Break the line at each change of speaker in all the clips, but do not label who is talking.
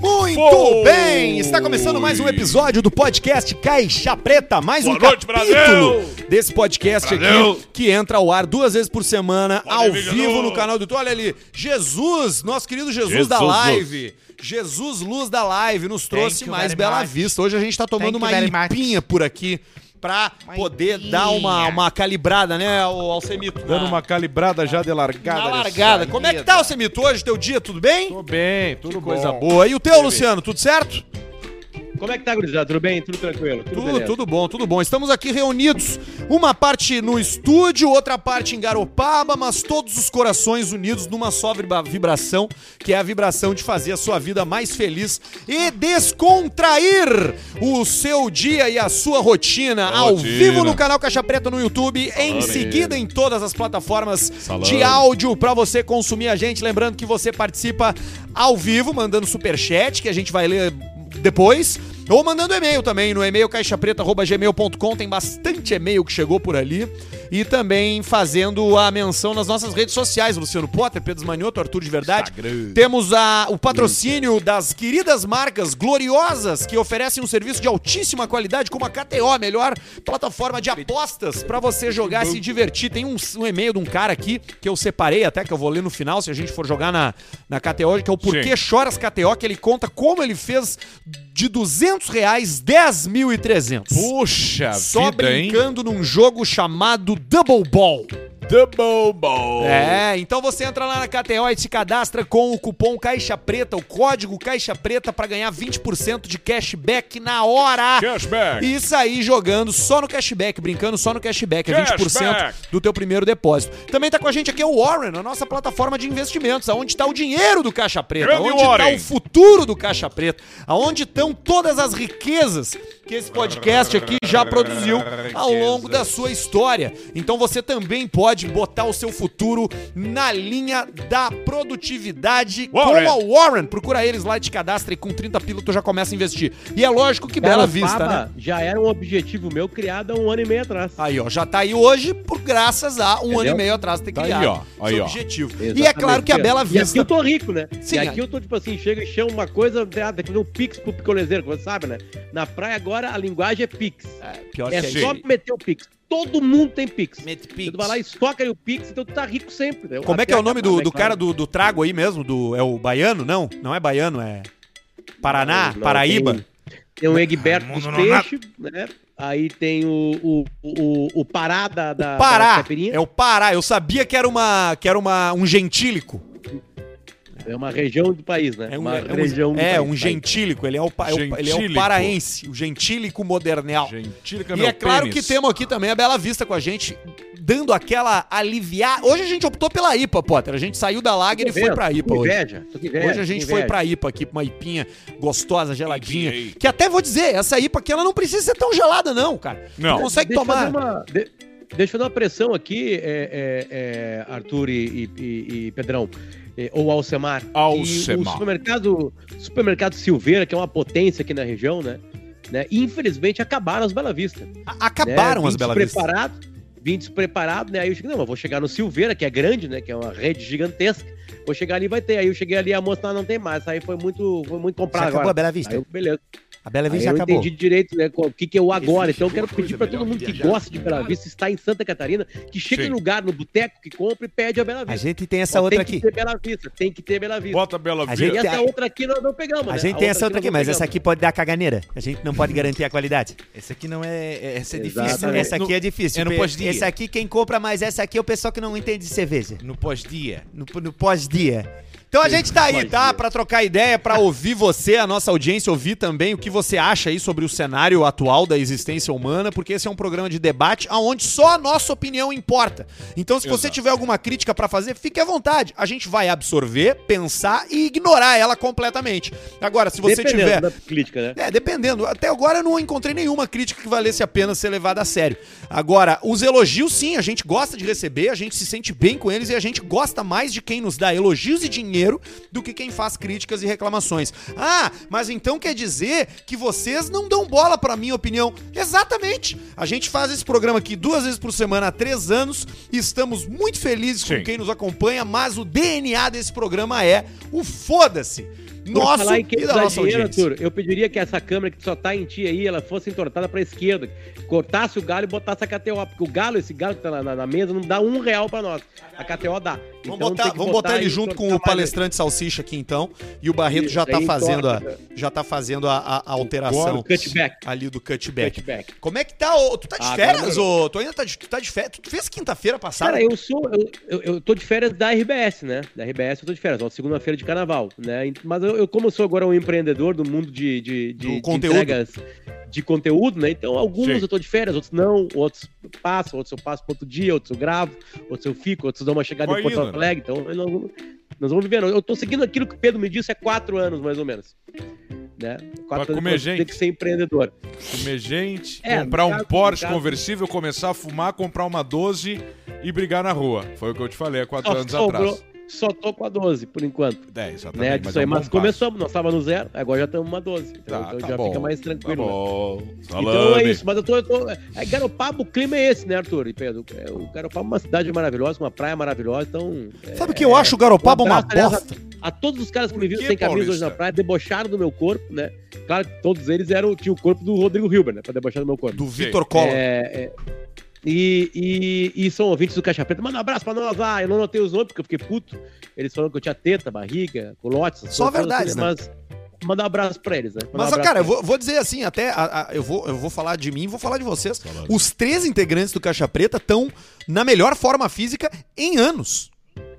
Muito bem! Está começando mais um episódio do podcast Caixa Preta, mais
Boa
um
noite,
capítulo
Brasil!
desse podcast
Brasil!
aqui que entra ao ar duas vezes por semana,
Olha
ao
aí,
vivo
Vigador!
no canal do YouTube. Olha ali, Jesus, nosso querido Jesus, da
Jesus.
live. Jesus Luz da Live nos trouxe
you
mais
very
Bela
much.
Vista. Hoje a gente está tomando
Thank you
uma
very much.
limpinha por aqui pra
Uma
poder
limpinha.
dar uma, uma calibrada, né, o Alcemito?
Dando
Na-
uma calibrada já de largada.
na
nessa
largada. Como é que
vida.
tá, Alcemito, hoje, teu dia, tudo bem?
Tô bem, tudo bom.
Coisa boa. E o teu, Luciano, tudo certo?
Como é que tá, gurizada? Tudo bem? Tudo tranquilo? Tudo,
Tudo,
beleza?
tudo bom, tudo bom. Estamos aqui reunidos, uma parte no estúdio, outra parte em Garopaba, mas todos os corações unidos numa só vibra- vibração, que é a vibração de fazer a sua vida mais feliz e descontrair o seu dia e a sua rotina, ao
Rotina.
vivo no canal Caixa Preta no YouTube, em seguida em todas as plataformas de
Salame.
áudio para você consumir a gente, lembrando que você participa ao vivo mandando superchat que a gente vai ler depois. Ou mandando e-mail também, no e-mail caixapreta.gmail.com, tem bastante e-mail que chegou por ali. E também fazendo a menção nas nossas redes sociais, Luciano Potter, Pedro Manioto, Arthur de Verdade. Temos a, o patrocínio das queridas marcas gloriosas que oferecem um serviço de altíssima qualidade, como a KTO, a melhor plataforma de apostas para você jogar e se divertir. Tem um, um e-mail de um cara aqui que eu separei até, que eu vou ler no final, se a gente for jogar na, na KTO, que é o Porquê Choras KTO, que ele conta como ele fez de 200 reais 10.300.
Puxa
Só
vida, hein?
brincando num jogo chamado Double Ball.
Double Ball.
É, então você entra lá na KTO e se cadastra com o cupom Caixa Preta, o código Caixa Preta pra ganhar 20% de cashback na hora.
Cashback.
E sair jogando só no cashback, brincando só no cashback, é 20%
Cashback.
do teu primeiro depósito. Também tá com a gente aqui o Warren, a nossa plataforma de investimentos, aonde tá o dinheiro do Caixa Preta,
Grande
aonde tá
Warren.
o futuro do Caixa Preta, aonde estão todas as riquezas que esse podcast aqui já produziu ao longo da sua história. Então você também pode botar o seu futuro na linha da produtividade
Warren.
com a Warren. Procura eles lá, te cadastra e com 30 pila tu já começa a investir. E é lógico que Bela
Cara,
Vista,
Faba
né?
Já era um objetivo meu criado há um ano e meio atrás.
Aí, ó, já tá aí hoje por graças a um
Entendeu?
ano e meio atrás ter
Tá aí,
criado
ó, aí,
esse
ó.
objetivo. E é
Exatamente.
claro que a Bela
E aqui eu
Vista...
tô rico, né?
Sim, é.
e aqui eu tô, tipo assim, chega e chama uma coisa, ah, tem que fazer um pix pro picolezeiro, que você sabe, né? Na praia agora a linguagem é pix.
Pior
É
que
só
aí.
meter o pix. Todo mundo tem pix.
Mete
Tu
pix.
vai lá e estoca aí o pix, então tu tá rico sempre. né?
Como é
Até
que é o nome
acabar,
do,
né,
do
claro.
cara do, do trago aí mesmo? Do, é o baiano? Não, não é baiano, é Paraná,
Não, não,
Paraíba.
tem- Tem o Egberto
Ah,
Raimundo
dos
é
Nonato.
Peixes, né? Aí tem o, o, o, o Pará da, da, da
Pará.
caipirinha.
É o Pará. Eu sabia que era uma que era uma um gentílico.
É uma região do país, né?
É um,
uma
é um-
região do
é,
país.
um gentílico, ele é o, pa- é o- ele é o
Gentílico.
paraense, o gentílico modernal.
Gentil
E é claro que temos aqui também a Bela Vista com a gente, dando aquela aliviar. Hoje a gente optou pela IPA, Potter. A gente saiu da Lager e foi pra IPA
Tô com
hoje.
inveja, tô com inveja,
Hoje a gente
tô com
foi
inveja.
pra IPA aqui, pra uma IPinha gostosa, geladinha.
IPA.
Que até vou dizer, essa IPA aqui, ela não precisa ser tão gelada não, cara.
Não.
Tu consegue
Deixa eu
tomar...
fazer uma- de- Deixa eu dar uma pressão aqui, é, é, é, Arthur e, e- e- e Pedrão. é, Ou Alcemar. que
Alcemar.
O supermercado, supermercado Silveira, que é uma potência aqui na região, né? né? Infelizmente acabaram as Bela Vista.
A- Acabaram
né?
as
Vim
Bela Vista.
despreparado, Vim despreparado, né? Aí eu cheguei, não, mas vou chegar no Silveira, que é grande, né? Que é uma rede gigantesca. Vou chegar ali e vai ter. Aí eu cheguei ali, a moça ah, não tem mais. Aí foi muito, foi muito comprado agora.
Bela
Aí eu, beleza.
A Bela
Aí eu não entendi direito né, qual- o que, que é o agora. Então eu quero pedir pra todo mundo que gosta de Bela Vista, está em Santa Catarina, que chega
Sim.
no lugar, no boteco, que compra e pede a Bela Vista.
gente tem
Ó, tem que ter Bela Vista, tem que ter Bela Vista.
Bota Bela
A
Vista.
gente-
E essa
tem-
outra aqui nós não pegamos, né? nós não pegamos.
aqui pode dar caganeira. A gente não pode garantir a qualidade.
Esse aqui não é. é- Essa é
Exatamente.
difícil. né?
Essa
No-
aqui é difícil.
eu não
Pe-
posso dizer.
Essa aqui quem compra, mas essa aqui é o pessoal que não entende de cerveja.
No pós-dia.
No, no pós-dia. Então a gente tá aí, tá? Pra trocar ideia, pra ouvir você, a nossa audiência, ouvir também o que você acha aí sobre o cenário atual da existência humana, porque esse é um programa de debate aonde só a nossa opinião importa. Então se você
Exato.
tiver alguma crítica pra fazer, fique à vontade. A gente vai absorver, pensar e ignorar ela completamente. Agora, se você
Dependendo
tiver
da política, né?
é, dependendo. Até agora eu não encontrei nenhuma crítica que valesse a pena ser levada a sério. Agora, os elogios, sim, a gente gosta de receber, a gente se sente bem com eles e a gente gosta mais de quem nos dá elogios e dinheiro do que quem faz críticas e reclamações. Ah, mas então quer dizer que vocês não dão bola pra minha opinião. Exatamente. A gente faz esse programa aqui duas vezes por semana há três anos. Estamos muito felizes com
Sim.
quem nos acompanha, mas o DNA desse programa é o foda-se. Nossa,
falar em quem
e da nossa
exagera,
audiência.
Arthur, eu pediria que essa câmera que só tá em ti aí, ela fosse entortada pra esquerda, cortasse o galho e botasse a KTO, porque o galo, esse galo que tá na, na- na mesa, não dá um real pra nós. A KTO dá. Então
Vamos botar,
tem que
vamos botar ele
aí,
junto com
entortar
o
mais ele.
palestrante salsicha aqui então, e o Barreto
Isso,
já tá
aí
fazendo a,
entorta.
já tá fazendo a, a- a alteração
Cutback.
ali do cutback.
Cutback.
Como é que tá? ô? tu tá de
Ah,
férias,
agora-
ô? Tu ainda tá de, tu tá de férias? Tu fez quinta-feira passada?
Cara, eu sou. Eu, eu, eu tô de férias da RBS, né? Da RBS eu tô de férias, ó, segunda-feira de carnaval, né? Mas eu, eu, como eu sou agora um empreendedor do mundo de, de, de,
Do
de
conteúdo.
entregas de conteúdo, né? Então, alguns
Sim.
eu tô de férias, outros não, outros passam, outros eu passo pro outro dia, outros eu gravo, outros eu fico, outros dão uma chegada
Vai
em Porto
indo, né?
Alegre. Então, eu não- nós vamos vivendo. Eu tô seguindo aquilo que o Pedro me disse há quatro anos, mais ou menos. Né? Quatro
comer
anos tem
gente.
que ser empreendedor.
Comer gente,
É,
comprar
no
um
caso-
Porsche
no caso-
conversível, começar a fumar, comprar uma 12 e brigar na rua. Foi o que eu te falei há quatro
Só
anos
sobrou,
atrás.
só tô com a 12, por enquanto.
10, exatamente.
né,
mas
disso
é
aí.
um
Mas
bom
começamos, nós tava no zero, agora já estamos uma 12.
passo.
Então,
Tá,
então
tá
já
bom.
fica mais
Tá
tranquilo. né?
bom.
Então é
Salame.
isso, mas eu tô. Eu tô é, Garopaba, o clima é esse, né, Arthur e Pedro? É, o Garopaba é uma cidade maravilhosa, uma praia maravilhosa, então. é,
Sabe o que eu acho o Garopaba
um
uma
abraço, aliás,
bosta?
A todos os caras que me
Por
viram
que,
sem camisa hoje
Paulista?
na praia debocharam do meu corpo, né? Claro que todos eles eram, tinham o corpo do Rodrigo Hilbert, né? Pra debochar do meu corpo.
Do
Sim.
Vitor Collor.
É, é. E, e- e são ouvintes do Caixa Preta. Manda um abraço pra nós lá. Eu não notei os nomes porque eu fiquei puto. Eles falaram que eu tinha teta, barriga, culote. essas
Só
coisas todas,
verdades, né?
Mas mandar um abraço pra eles, né? Mandar
Mas,
um abraço
cara, eu
pra
vou, vou dizer assim, até a- a- eu, vou, eu vou falar de mim e vou falar de vocês.
Salame.
Os três integrantes do Caixa Preta estão na melhor forma física em anos.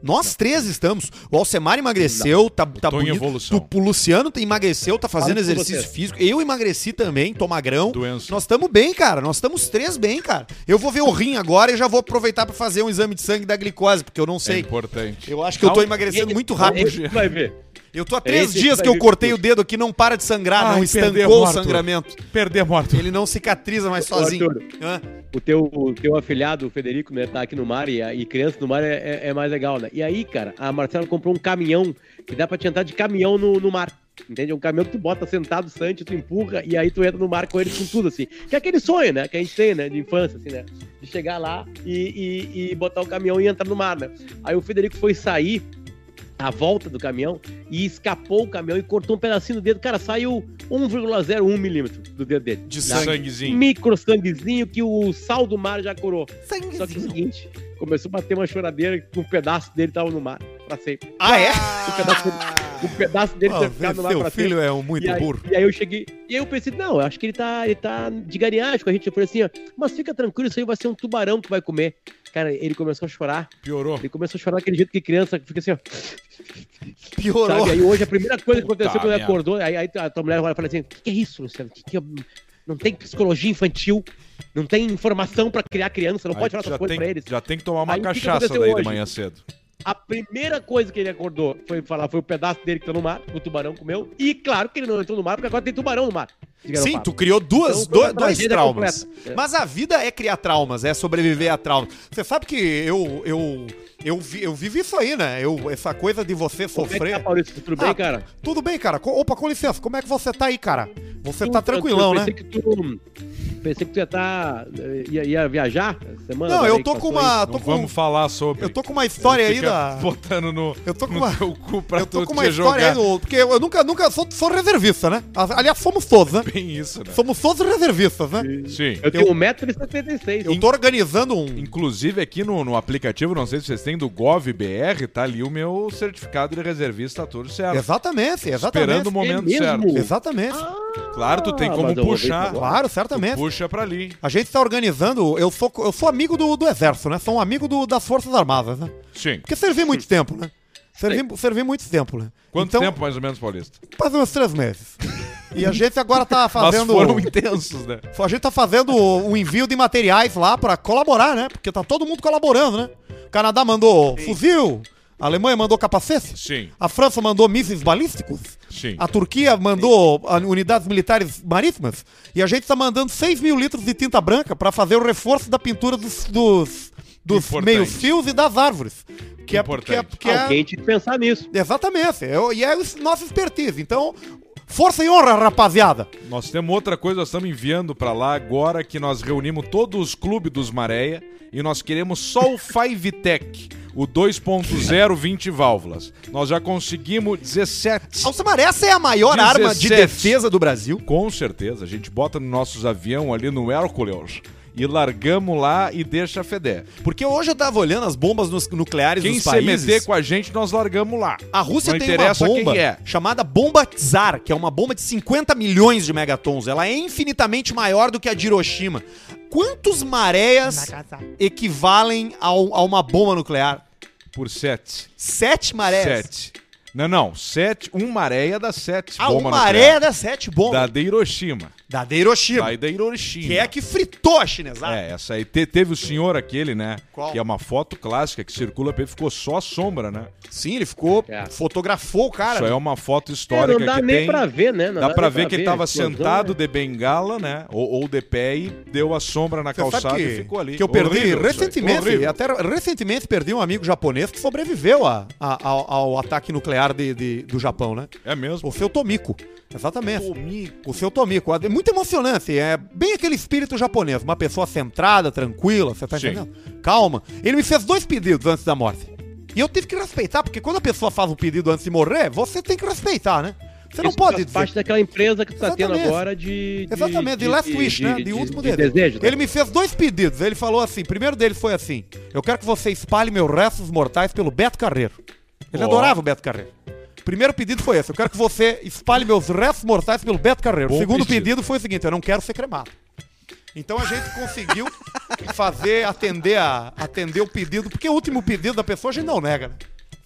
Nós três estamos. O Alcemar emagreceu, tá, tá
Tô em
bonito.
evolução.
Tu- O Luciano te- emagreceu, tá fazendo
Fala com
exercício
vocês.
físico. Eu emagreci também, tô magrão.
Doença.
Nós estamos bem, cara. Nós estamos três bem, cara. Eu vou ver o rim agora e já vou aproveitar pra fazer um exame de sangue da glicose, porque eu não
É
sei.
importante.
Eu acho que eu tô
Calma.
emagrecendo
Esse-
muito rápido.
esse tu vai ver.
Eu tô há três
Esse é
dias
vai
que eu
vir
cortei o
tudo.
dedo aqui, não para de sangrar,
Ai,
não
perdemos,
estancou o
Arthur.
sangramento.
Perder morto.
Ele não cicatriza mais sozinho.
Arthur,
Hã?
o teu, o teu afilhado, o Federico, né, tá aqui no mar e, a- e criança no mar é, é- é mais legal, né? E aí, cara, a Marcela comprou um caminhão que dá pra te entrar de caminhão no, no mar. Entende? É um caminhão que tu bota sentado, sante, tu empurra e aí tu entra no mar com ele com tudo, assim. Que é aquele sonho, né? Que a gente tem, né? De infância, assim, né? De chegar lá e, e- e botar o caminhão e entrar no mar, né? Aí o Federico foi sair à volta do caminhão e escapou o caminhão e cortou um pedacinho do dedo. Cara, saiu 1,01 milímetro do dedo dele
De sangue.
Sanguezinho.
micro sanguezinho que o sal do mar já curou. Só que é o
Sanguezinho.
seguinte, começou a bater uma choradeira que um pedaço dele tava no mar pra sempre.
Ah, é?
Um pedaço, um pedaço dele
Ah,
teve ficado no mar
seu
pra sempre.
filho é um muito
E aí,
burro.
e aí eu cheguei, e aí eu pensei, não, eu acho que ele tá, ele tá de garinhagem com a gente. Eu falei assim, ó, mas fica tranquilo, isso aí vai ser um tubarão que vai comer. Cara, ele começou a chorar.
Piorou.
Ele começou a chorar daquele jeito que criança fica assim, ó.
Piorou.
Sabe? Aí hoje a primeira coisa que aconteceu
Puta
quando ele
merda.
acordou, aí, aí a tua mulher olha e fala assim: o que, que é isso, Luciano? Que que é- Não tem psicologia infantil, não tem informação pra criar criança, não
Aí
pode
tu
falar
já
essas coisas
tem,
pra eles.
já tem que tomar uma
Aí o que que
cachaça
aconteceu
daí de
hoje?
manhã cedo.
A primeira coisa que ele acordou foi falar, foi o pedaço dele que tá no mar, que o tubarão comeu, e claro que ele não entrou no mar, porque agora tem tubarão no mar. Diga,
Sim,
não,
tu criou duas,
Então foi uma
do- dois
tragédia
traumas.
completa. É.
Mas a vida é criar traumas, é sobreviver a traumas. Você sabe que eu eu eu, vi, eu vivi isso aí, né? Eu, essa coisa de você
Como é que tá,
sofrer.
Maurício? Tudo
Ah,
bem, cara?
Tudo bem, cara. Co- Opa, com licença, como é que você tá aí, cara? Você
Tu-
tá tranquilão,
eu
né?
pensei Que tu, pensei que tu ia, tá, ia, ia viajar essa semana.
Não,
agora
eu
aí
tô
que
com
passou aí.
uma.
Não
Tô com,
Então
um
vamos falar sobre.
eu tô com uma história aí
Fica
da.
Botando no,
Eu tô com
no
uma-
teu cu pra
Eu tô
tu
com uma
te
história aí
jogar.
do. Porque eu nunca, nunca sou, sou reservista, né? Aliás, somos todos, né?
Bem isso, né?
Somos todos reservistas, né?
Sim.
Eu tenho 1,76m.
Eu tô organizando um.
Inclusive aqui no, no aplicativo, não sei se vocês têm, do GovBR, tá ali o meu certificado de reservista, tá tudo certo.
É, Exatamente,
Esperando o
exatamente.
momento
mesmo?
certo.
Exatamente.
Claro, tu tem
Ah,
como
mas eu vou ver
puxar.
isso
Claro,
Tu
certamente.
puxa pra ali.
A gente tá organizando. Eu sou, eu sou amigo do, do Exército, né? Sou um amigo do- das Forças Armadas, né?
Sim.
Porque servi muito tempo, né? Servi, servi muito tempo, né?
Hum. Quanto
então,
tempo, mais ou menos, Paulista?
Faz uns três meses. E a gente agora tá
Mas
fazendo.
foram intensos, né?
A gente tá fazendo um envio de materiais lá pra colaborar, né? Porque tá todo mundo colaborando, né? O Canadá mandou fuzil, a Alemanha mandou capacete,
Sim,
a França mandou mísseis balísticos,
sim.
a Turquia mandou ah, unidades militares marítimas e a gente tá mandando 6 mil litros de tinta branca pra fazer o reforço da pintura dos, dos, dos
Importante.
meios-fios e das árvores. Que é,
Importante.
que é, que é-
Alguém tinha que pensar nisso.
Exatamente. É o- e é o nosso expertise. Então, força e honra, rapaziada.
Nós temos outra coisa, nós estamos enviando pra lá agora que nós reunimos todos os clubes dos Maréia e nós queremos só o Five Tech. o 2.0 20 válvulas. Nós já conseguimos 17.
Alcimar, essa é a maior arma de
17.
defesa do Brasil.
Com certeza, a gente bota nos nossos avião ali no Hércules e largamos lá e deixa feder.
Porque hoje eu tava olhando as bombas nos- nucleares
Quem
dos
se
países.
meter com a gente, nós largamos lá.
A Rússia
Não
tem uma
interessa quem
bomba
é.
chamada bomba Tsar, que é uma bomba de 50 milhões de megatons. Ela é infinitamente maior do que a de Hiroshima. Quantos maréias equivalem ao- a uma bomba nuclear?
Por 7.
Sete maréias.
7. Não, não. 7. Um maréia dá 7.
Ah, uma maréia dá sete
Da
bombas.
de Hiroshima.
Da, de Hiroshima.
Daí da Hiroshima.
que é a que fritou a chinesada.
É, essa aí te- teve o senhor aquele, né?
Qual?
Que é uma foto clássica que circula, porque ficou só a sombra, né?
Sim, ele ficou.
É.
Fotografou o cara.
Isso aí é uma foto
É,
histórica
não dá
que
nem
tem.
pra ver, né? Não
Dá pra ver que ele
ele
tava sentado de bengala, né? Ou, ou de pé e deu a sombra na
Você
calçada
sabe
e ficou ali.
Que eu perdi
Horrível isso aí.
recentemente,
Horrível.
até recentemente perdi um amigo japonês que sobreviveu a- a- ao, ao ataque nuclear de- de- do Japão, né?
É mesmo?
O seu Tomiko. Exatamente.
Comigo.
O seu Tomiko. É muito emocionante. É bem aquele espírito japonês. Uma pessoa centrada, tranquila, você tá
Sim.
entendendo? Calma. Ele me fez dois pedidos antes da morte. E eu tive que respeitar, porque quando a pessoa faz o pedido antes de morrer, você tem que respeitar, né? Você não pode
faz
dizer.
parte daquela empresa que tu tá
Exatamente.
tendo agora de... de-
Exatamente, de last wish, né? De, último
de
desejo.
desejo. tá?
Ele me fez dois pedidos. Ele falou assim: primeiro dele foi assim: Eu quero que você espalhe meus restos mortais pelo Beto Carreiro. Ele
Ó.
adorava o Beto Carreiro. Primeiro pedido foi esse: Eu quero que você espalhe meus restos mortais pelo Beto Carreiro.
Bom
Segundo
pedido.
pedido. foi o seguinte: Eu não quero ser cremado. Então a gente conseguiu fazer, atender, a, atender o pedido, porque o último pedido da pessoa a gente não nega, né?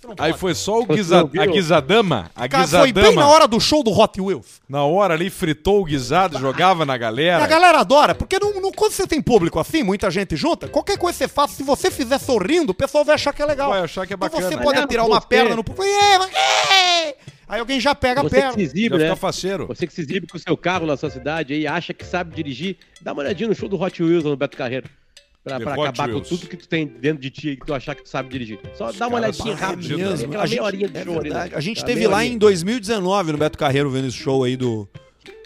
Você não
Aí
pode.
foi só o
Você
guisa,
ouviu?
a guisadama. A
Cara, foi bem na
guisadama.
hora do show do Hot Wheels.
Na hora ali fritou o guisado, jogava na
E
galera.
a galera adora, porque não, não- quando você tem público assim, muita gente junta, qualquer coisa que você faça, se você fizer sorrindo, o pessoal vai achar que é legal.
Vai achar que é bacana.
Então você pode
Aliás,
atirar uma
você-
perna no público. "Ê, mas- ê!" Aí alguém já pega a
Você que
perna.
se exibe,
Já
né?
fica faceiro.
Você que se exibe com o seu carro na sua cidade aí, acha que sabe dirigir, dá uma olhadinha no show do Hot Wheels no Beto Carreiro. Pra,
The
pra
Hot
acabar
Wheels.
com tudo que tu tem dentro de ti e que tu achar que tu sabe dirigir. Só dá uma
caras
olhadinha
são
rápida.
bandidos, mano.
né? Aquela meia horinha de show ali, né?
É a gente
Aquela
teve
meia
lá
horinha.
em 2019 no Beto Carreiro vendo esse show aí do,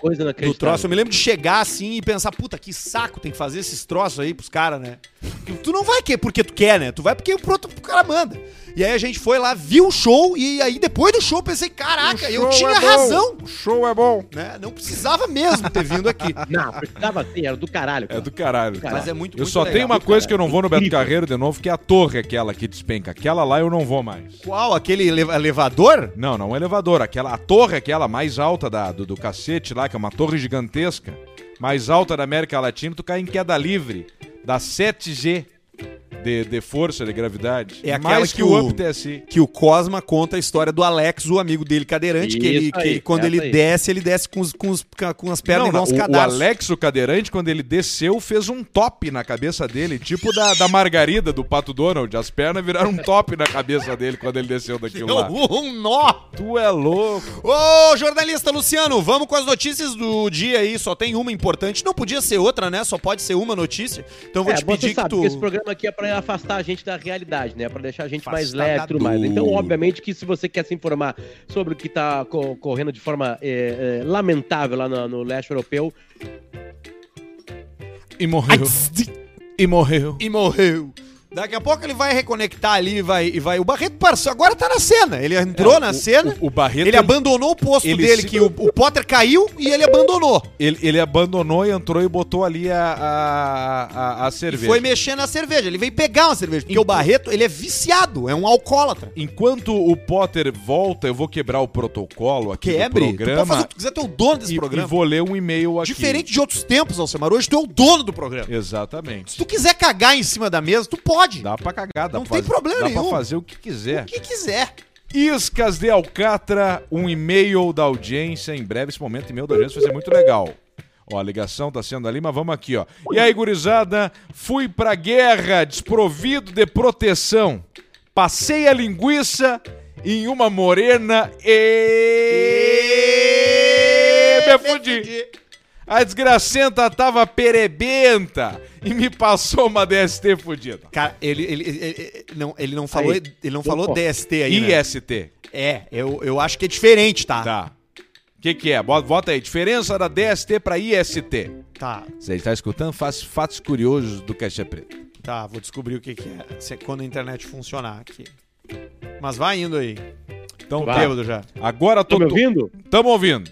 Coisa
do
inacreditável.
troço. Eu me lembro de chegar assim e pensar, puta, que saco tem que fazer esses troços aí pros caras, né? Tu- Tu não vai que- porque tu quer, né? Tu vai porque o pro- o cara manda. E aí a gente foi lá, viu o show e aí depois do show eu pensei, caraca, eu tinha
é
razão.
O show é bom.
né? Não precisava mesmo ter vindo aqui.
Não, precisava assim, era do caralho.
É
cara.
do caralho.
Cara,
tá.
mas é muito-
Eu
muito
só
legal.
tenho uma coisa que eu não vou no Beto
Incrível.
Carreiro de novo, que é a torre aquela que despenca. Aquela lá eu não vou mais.
Qual? Aquele ele- elevador?
Não, não é um elevador. Aquela, a torre aquela mais alta da, do, do cacete lá, que é uma torre gigantesca, mais alta da América Latina, tu cai em queda livre, da 7G de, de força, de gravidade.
É aquela
mais que,
que
o
o-
Up TSI.
Que o Cosma conta a história do Alex, o amigo dele cadeirante, que, ele,
Isso
que
aí,
ele- quando
essa
ele
aí.
desce, ele desce com, os, com, os, com as pernas
Não,
igual
não,
uns
o, o
cadastros.
Alex, o cadeirante, quando ele desceu, fez um top na cabeça dele, tipo da, da Margarida do Pato Donald. As pernas viraram um top na cabeça dele quando ele desceu daquilo lá.
Deu um nó!
Tu é louco.
Ô, jornalista Luciano, vamos com as notícias do dia aí. Só tem uma importante. Não podia ser outra, né? Só pode ser uma notícia. Então eu vou
é,
te
bom,
pedir
você sabe
que tu.
esse programa aqui é pra afastar a gente da realidade, né? Pra deixar a gente mais
Afastar
leve
da
e tudo mais.
dor.
Então, obviamente, que se você quer se informar sobre o que tá co- ocorrendo de forma eh, eh, lamentável lá no, no leste europeu,
E morreu. E morreu.
E morreu. Daqui a pouco ele vai reconectar ali e vai, e vai. O Barreto parçou. Agora tá na cena. Ele entrou na
É, o-
cena.
O, o Barreto
Ele abandonou o posto
ele
dele,
se-
que o, o Potter caiu e ele abandonou.
Ele, ele abandonou e entrou e botou ali a, a, a, a cerveja. Então-
Foi mexer na cerveja. Ele veio pegar uma cerveja. Porque o Barreto, ele é viciado, é um alcoólatra.
Enquanto o Potter volta, eu vou quebrar o protocolo aqui
Quebre.
do
Tu pode fazer o
programa,
que tu quiser, tu é o dono desse
e, e
programa.
vou ler um e-mail aqui.
Diferente de outros tempos, Alcemar, hoje tu é o dono do programa. Se
Exatamente.
tu quiser cagar em cima da mesa, tu pode.
Dá pra cagar, dá
Não
pra
tem problema
dá
nenhum.
pra fazer o que quiser.
O que quiser.
Iscas de Alcatra, um e-mail da audiência. Em breve, esse momento, e-mail da audiência vai ser muito legal. Ó, a ligação tá sendo ali, mas vamos aqui, ó. E aí, gurizada, fui pra guerra desprovido de proteção. Passei a linguiça em uma morena e... Me fudi. A desgracenta tava perebenta e me passou uma DST fudida.
Cara, ele, ele, ele, ele- não, ele não falou,
Aí.
ele não falou
Opa.
DST aí, né?
IST.
É, eu, eu acho que é diferente, tá?
Tá. O que, que é? Bota, bota aí. Diferença da DST pra IST.
Tá.
tá Você está escutando fatos, fatos curiosos do Caixa Preta.
Tá, vou descobrir o que, que é se- quando a internet funcionar aqui. Mas vai indo aí.
Então
Tô
Vai.
tá.
bêbado já.
Agora
Tô
tô.
me ouvindo?
Tamo ouvindo.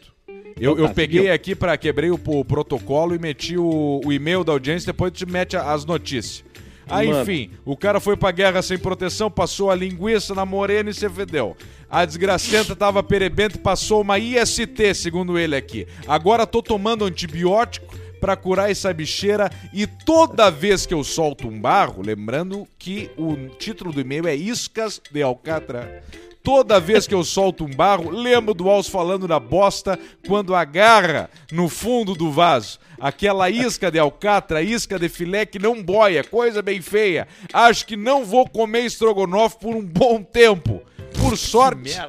Eu, eu
tá,
peguei
seguiu.
aqui pra quebrei o, o protocolo e meti o, o e-mail da audiência, depois te mete a- as notícias. Aí,
Manda.
enfim, o cara foi pra guerra sem proteção, passou a linguiça na morena e se fedeu. A desgracenta tava perebento e passou uma IST, segundo ele aqui. Agora tô tomando antibiótico pra curar essa bicheira e toda vez que eu solto um barro, lembrando que o título do e-mail é Iscas de Alcatra. Toda vez que eu solto um barro, lembro do Alce falando da bosta quando agarra no fundo do vaso. Aquela isca de alcatra, isca de filé que não boia, coisa bem feia. Acho que não vou comer estrogonofe por um bom tempo. Por sorte,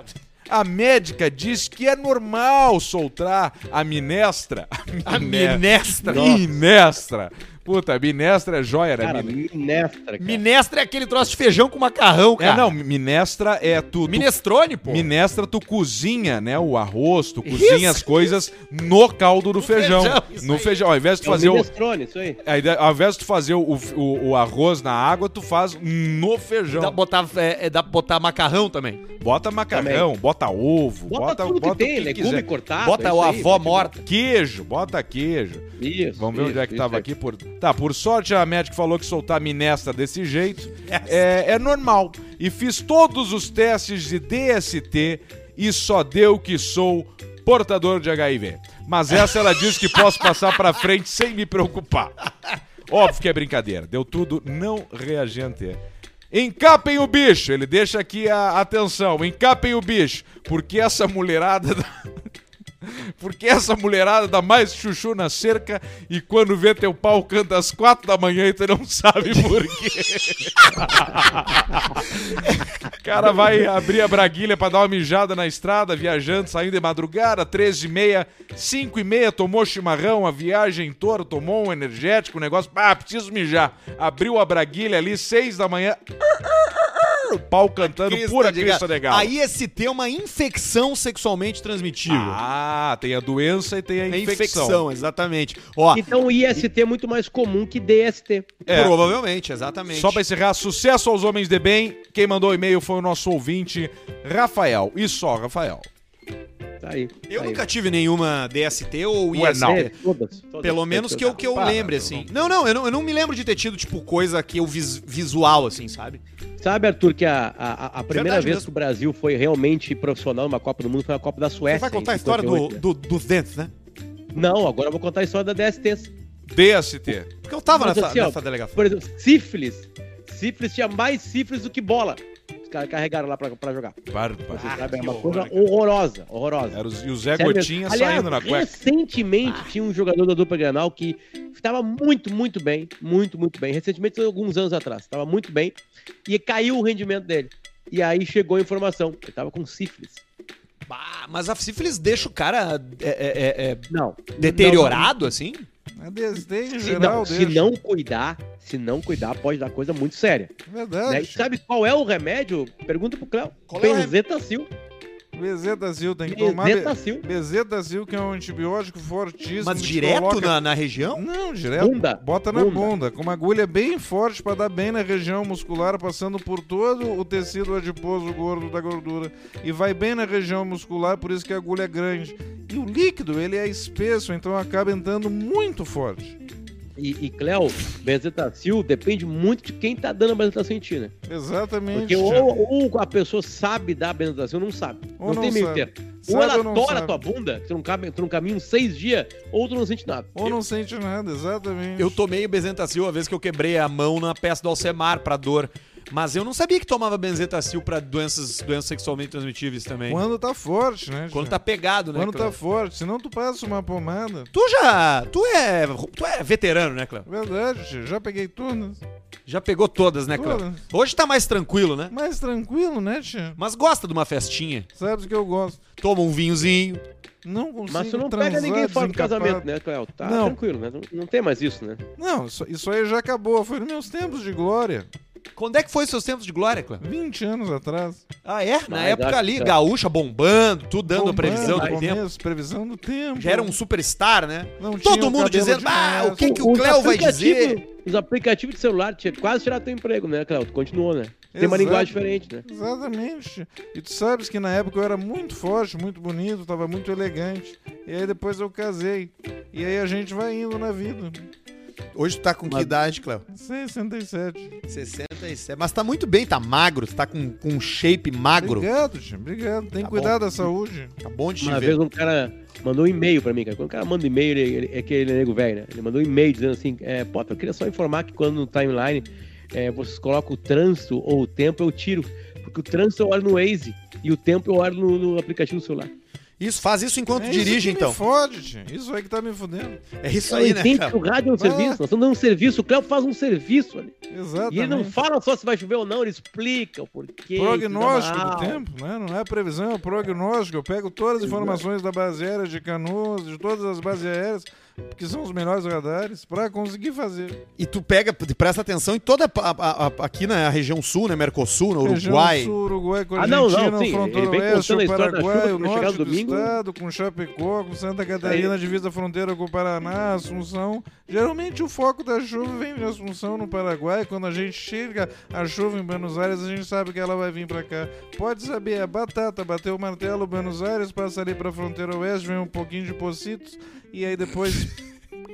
a médica diz que é normal soltar a minestra.
A
É.
minestra.
Minestra. Puta, minestra é joia, né?
Cara,
Mine-
minestra, cara.
Minestra é aquele troço de feijão com macarrão, cara.
É, não, minestra é tu, tu
Minestrone, pô.
Minestra, tu cozinha, né? O arroz, tu cozinha as
Isso.
coisas no caldo do feijão.
feijão, isso
no
aí.
feijão. Ao invés de tu
É o
fazer o.
minestrone, isso aí.
a ideia- Ao invés de tu fazer o, o- o arroz na água, tu faz no feijão.
Dá pra botar, é, é, dá pra botar macarrão também.
Bota macarrão, bota ovo,
Bota,
bota,
tudo
bota
que tem,
o que
legume
quiser.
cortado.
Bota
é
o
isso aí,
avó
bota-
morta.
Queijo, bota queijo.
Isso.
Vamos ver onde é que
isso,
tava
isso
aqui. Por... Tá, por sorte a médica falou que soltar minestra desse jeito é, é normal. E fiz todos os testes de DST e só deu que sou portador de HIV. Mas essa ela diz que posso passar pra frente sem me preocupar. Óbvio que é brincadeira. Deu tudo não reagente. Encapem o bicho. Ele deixa aqui a atenção. Encapem o bicho. Porque essa mulherada... da- porque essa mulherada dá mais chuchu na cerca e quando vê teu pau canta às quatro da manhã e tu não sabe por quê. O cara vai abrir a braguilha pra dar uma mijada na estrada, viajando, saindo de madrugada, 13 e meia, 5 e meia, tomou chimarrão, a viagem toda, tomou um energético, um negócio, ah, preciso mijar. Abriu a braguilha ali, 6 da manhã, o pau cantando, pura crista legal.
Aí esse tem uma infecção sexualmente transmitível.
Ah, tem a doença e tem a
Tem
infecção.
É infecção, exatamente. Ó,
Então, IST é muito mais comum que DST.
É.
provavelmente, exatamente.
Só pra encerrar, sucesso aos homens de bem. Quem mandou o e-mail foi o nosso ouvinte, Rafael. E só, Rafael.
Tá aí.
Eu
tá
nunca tive nenhuma DST ou
Ué,
IST.
não.
aí. É, todas, todas,
Pelo menos que eu, que eu
Para,
lembre,
não.
assim. Não, não eu, não, eu não me lembro de ter tido, tipo, coisa que eu vis- visual, assim, sabe?
Sabe, Arthur, que a, a, a- a primeira
Verdade
vez
mesmo.
que o Brasil foi realmente profissional numa Copa do Mundo foi na Copa da Suécia.
Você vai contar
em
a história do,
58, né?
do, dos dentes, né?
Não, agora eu vou contar a história da DST.
DST.
Porque eu tava
Mas
nessa,
assim, ó,
nessa delegação.
Por exemplo, sífilis. Sífilis tinha mais sífilis do que bola. Os caras carregaram lá pra, pra jogar. Você
Bárbaro. Ah,
sabe, é
Ah, que
uma
horror,
coisa
né, cara? É,
horrorosa, horrorosa.
Era o, e o Zé
Sério
Gotinha
mesmo. Aliás,
saindo na cueca.
Recentemente tinha um jogador da dupla Granal que estava muito, muito bem. Muito, muito bem. Recentemente, alguns anos atrás, estava muito bem. E caiu o rendimento dele. E aí chegou a informação. Ele estava com sífilis.
Bah, mas a sífilis deixa o cara é, é, é, é,
Não.
deteriorado, assim?
É DST em
Se
geral,
não, se
deixa.
não cuidar, se não cuidar, pode dar coisa muito séria. né? E
É Verdade.
Sabe qual é o remédio? Pergunta pro Cléo.
Qual é o
Benzetacil. é
Bezetacil tem que tomar. então. be-
Benzetacil.
Bezetacil, que é um antibiótico fortíssimo.
Mas
que
direto
coloca-
na, na região?
Não, direto.
Bunda.
Bota na bunda.
Bunda.
com uma agulha bem forte pra dar bem na região muscular, passando por todo o tecido adiposo gordo da gordura. E vai bem na região muscular, por isso que a agulha é grande. E o líquido, ele é espesso, então acaba entrando muito forte.
E, e Cléo, Benzetacil depende muito de quem tá dando a Benzetacil em ti, né?
Exatamente.
Porque
Thiago.
ou, ou a pessoa sabe dar a benzetacil ou não sabe.
Ou
não,
não
tem meio
sabe.
termo. ou
Sabe
ela
ou não
tora
sabe?
a tua bunda, que tu não, cabe, tu não caminha uns seis dias, ou tu não sente nada.
Ou não sente nada, exatamente.
Eu tomei Benzetacil a vez que eu quebrei a mão na peça do Alcemar pra dor. Mas eu não sabia que tomava Benzetacil pra doenças, doenças sexualmente transmitíveis também. Quando,
Quando tá forte, né?
tá pegado, né?
Quando tá
Cleo?
forte, senão tu passa uma pomada.
Tu já... Tu é, tu é veterano, né, Cléo?
Verdade, Thiago, já peguei tudo.
Já pegou todas, né, Cléo?
Todas.
Hoje tá mais tranquilo, né?
Mais tranquilo, né, Tia?
Mas gosta de uma festinha.
Sabe o que eu gosto?
Toma um vinhozinho.
Não consigo
Mas tu não pega
transar
ninguém fora do
desencapado.
casamento, né, Cléo? Tá
Não.
tranquilo, né? Não, não tem mais isso, né?
Não, isso, isso aí já acabou. Foi nos meus tempos de glória.
Quando é que foi seus tempos de glória, Clã?
20 anos atrás.
Ah, é? Na
Mas
época
acho
ali,
que-
gaúcha bombando, tudo dando
Bombando,
previsão do
começo,
tempo.
Previsão do tempo.
Já era um superstar, né?
Não tinha
Todo
o
mundo
cabelo
dizendo,
de
ah,
mesa."
o que, que o
Os
Cléo vai dizer?
aplicativos- Os aplicativos de celular tinha quase tiraram teu emprego, né, Cléo? Tu continuou, né? Tem
Exato.
uma linguagem diferente, né?
Exatamente. E tu sabes que na época eu era muito forte, muito bonito, tava muito elegante. E aí depois eu casei. E aí a gente vai indo na vida.
Hoje tu tá com que idade, Cléo?
67.
67. Mas tá muito bem, tá magro, tu tá com, com um shape magro.
Obrigado, time. Obrigado. Tem que
Tá
cuidar da saúde.
Tá bom de te
Uma
ver.
vez um cara mandou um e-mail pra mim, cara. Quando o cara manda e-mail, ele, ele- é aquele nego velho, né? Ele mandou um e-mail dizendo assim, é, Potter, eu queria só informar que quando no timeline é, vocês colocam o trânsito ou o tempo, eu tiro. Porque o trânsito eu olho no Waze e o tempo eu olho no, no aplicativo do celular.
Isso, faz isso enquanto
É isso
dirige,
que
então.
Me fode, time. Isso aí que tá me fudendo.
É isso
Eu
aí, né,
entendo
cara?
que o rádio é um serviço, nós estamos dando um serviço, o Cléo faz um serviço ali.
Exatamente.
E ele não fala só se vai chover ou não, ele explica o porquê.
Prognóstico
que dá Uhum.
do
uma aula.
tempo, né? Não é previsão, é o prognóstico. Eu pego todas as informações da base aérea de Canoas, de todas as bases aéreas, que são os melhores radares, pra conseguir fazer.
E tu pega, presta atenção em toda a- a- a- aqui na região sul, né? Mercosul, né?
Região
Uruguai.
Sul, Uruguai com a
Ah, não,
Argentina,
não,
o
sim,
fronteira
ele vem
oeste,
contando a
o
história da
Paraguai,
chuva
o
que vai chegar
norte
no
do
domingo.
estado, com Chapecó, com Santa Catarina, divisa a fronteira com o Paraná, Assunção. Geralmente o foco da chuva vem de Assunção, no Paraguai. Quando a gente chega a chuva em Buenos Aires, a gente sabe que ela vai vir pra cá. Pode saber, é batata, bateu o martelo, Buenos Aires, passa ali pra fronteira oeste, vem um pouquinho de Pocitos, e aí depois...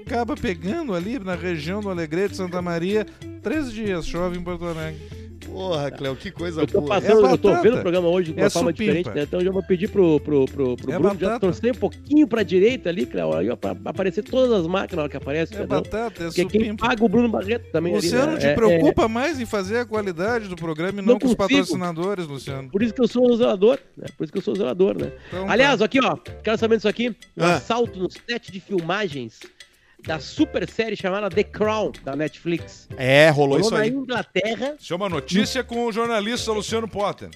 Acaba pegando ali na região do Alegrete, Santa Maria, três dias, chove em Porto Alegre.
Porra, Cléo, que coisa
Eu tô
boa.
passando, eu tô
é batata.
vendo o programa hoje de uma
É
forma
supimpa.
diferente, né? Então eu já vou pedir pro, pro, pro, pro
É
Bruno
batata.
já torcer um pouquinho pra direita ali, Cléo, aí ó, pra pra aparecer todas as máquinas na hora que aparece,
É
entendeu?
batata, é
Porque quem
supimpa.
paga o Bruno Barreto também ali,
Luciano,
né?
te
É- é-
preocupa mais em fazer a qualidade do programa e não,
Não
com os
consigo.
patrocinadores, Luciano.
é Por isso que eu sou o zelador, né? Por isso que eu sou o zelador, né?
Então tá.
Aliás, aqui, ó, quero saber disso aqui. Um
Ah.
assalto no set de filmagens da super série chamada The Crown, da Netflix.
É, rolou
Rolou
isso
na
aí.
Inglaterra.
Isso é uma notícia com o jornalista Luciano Potter.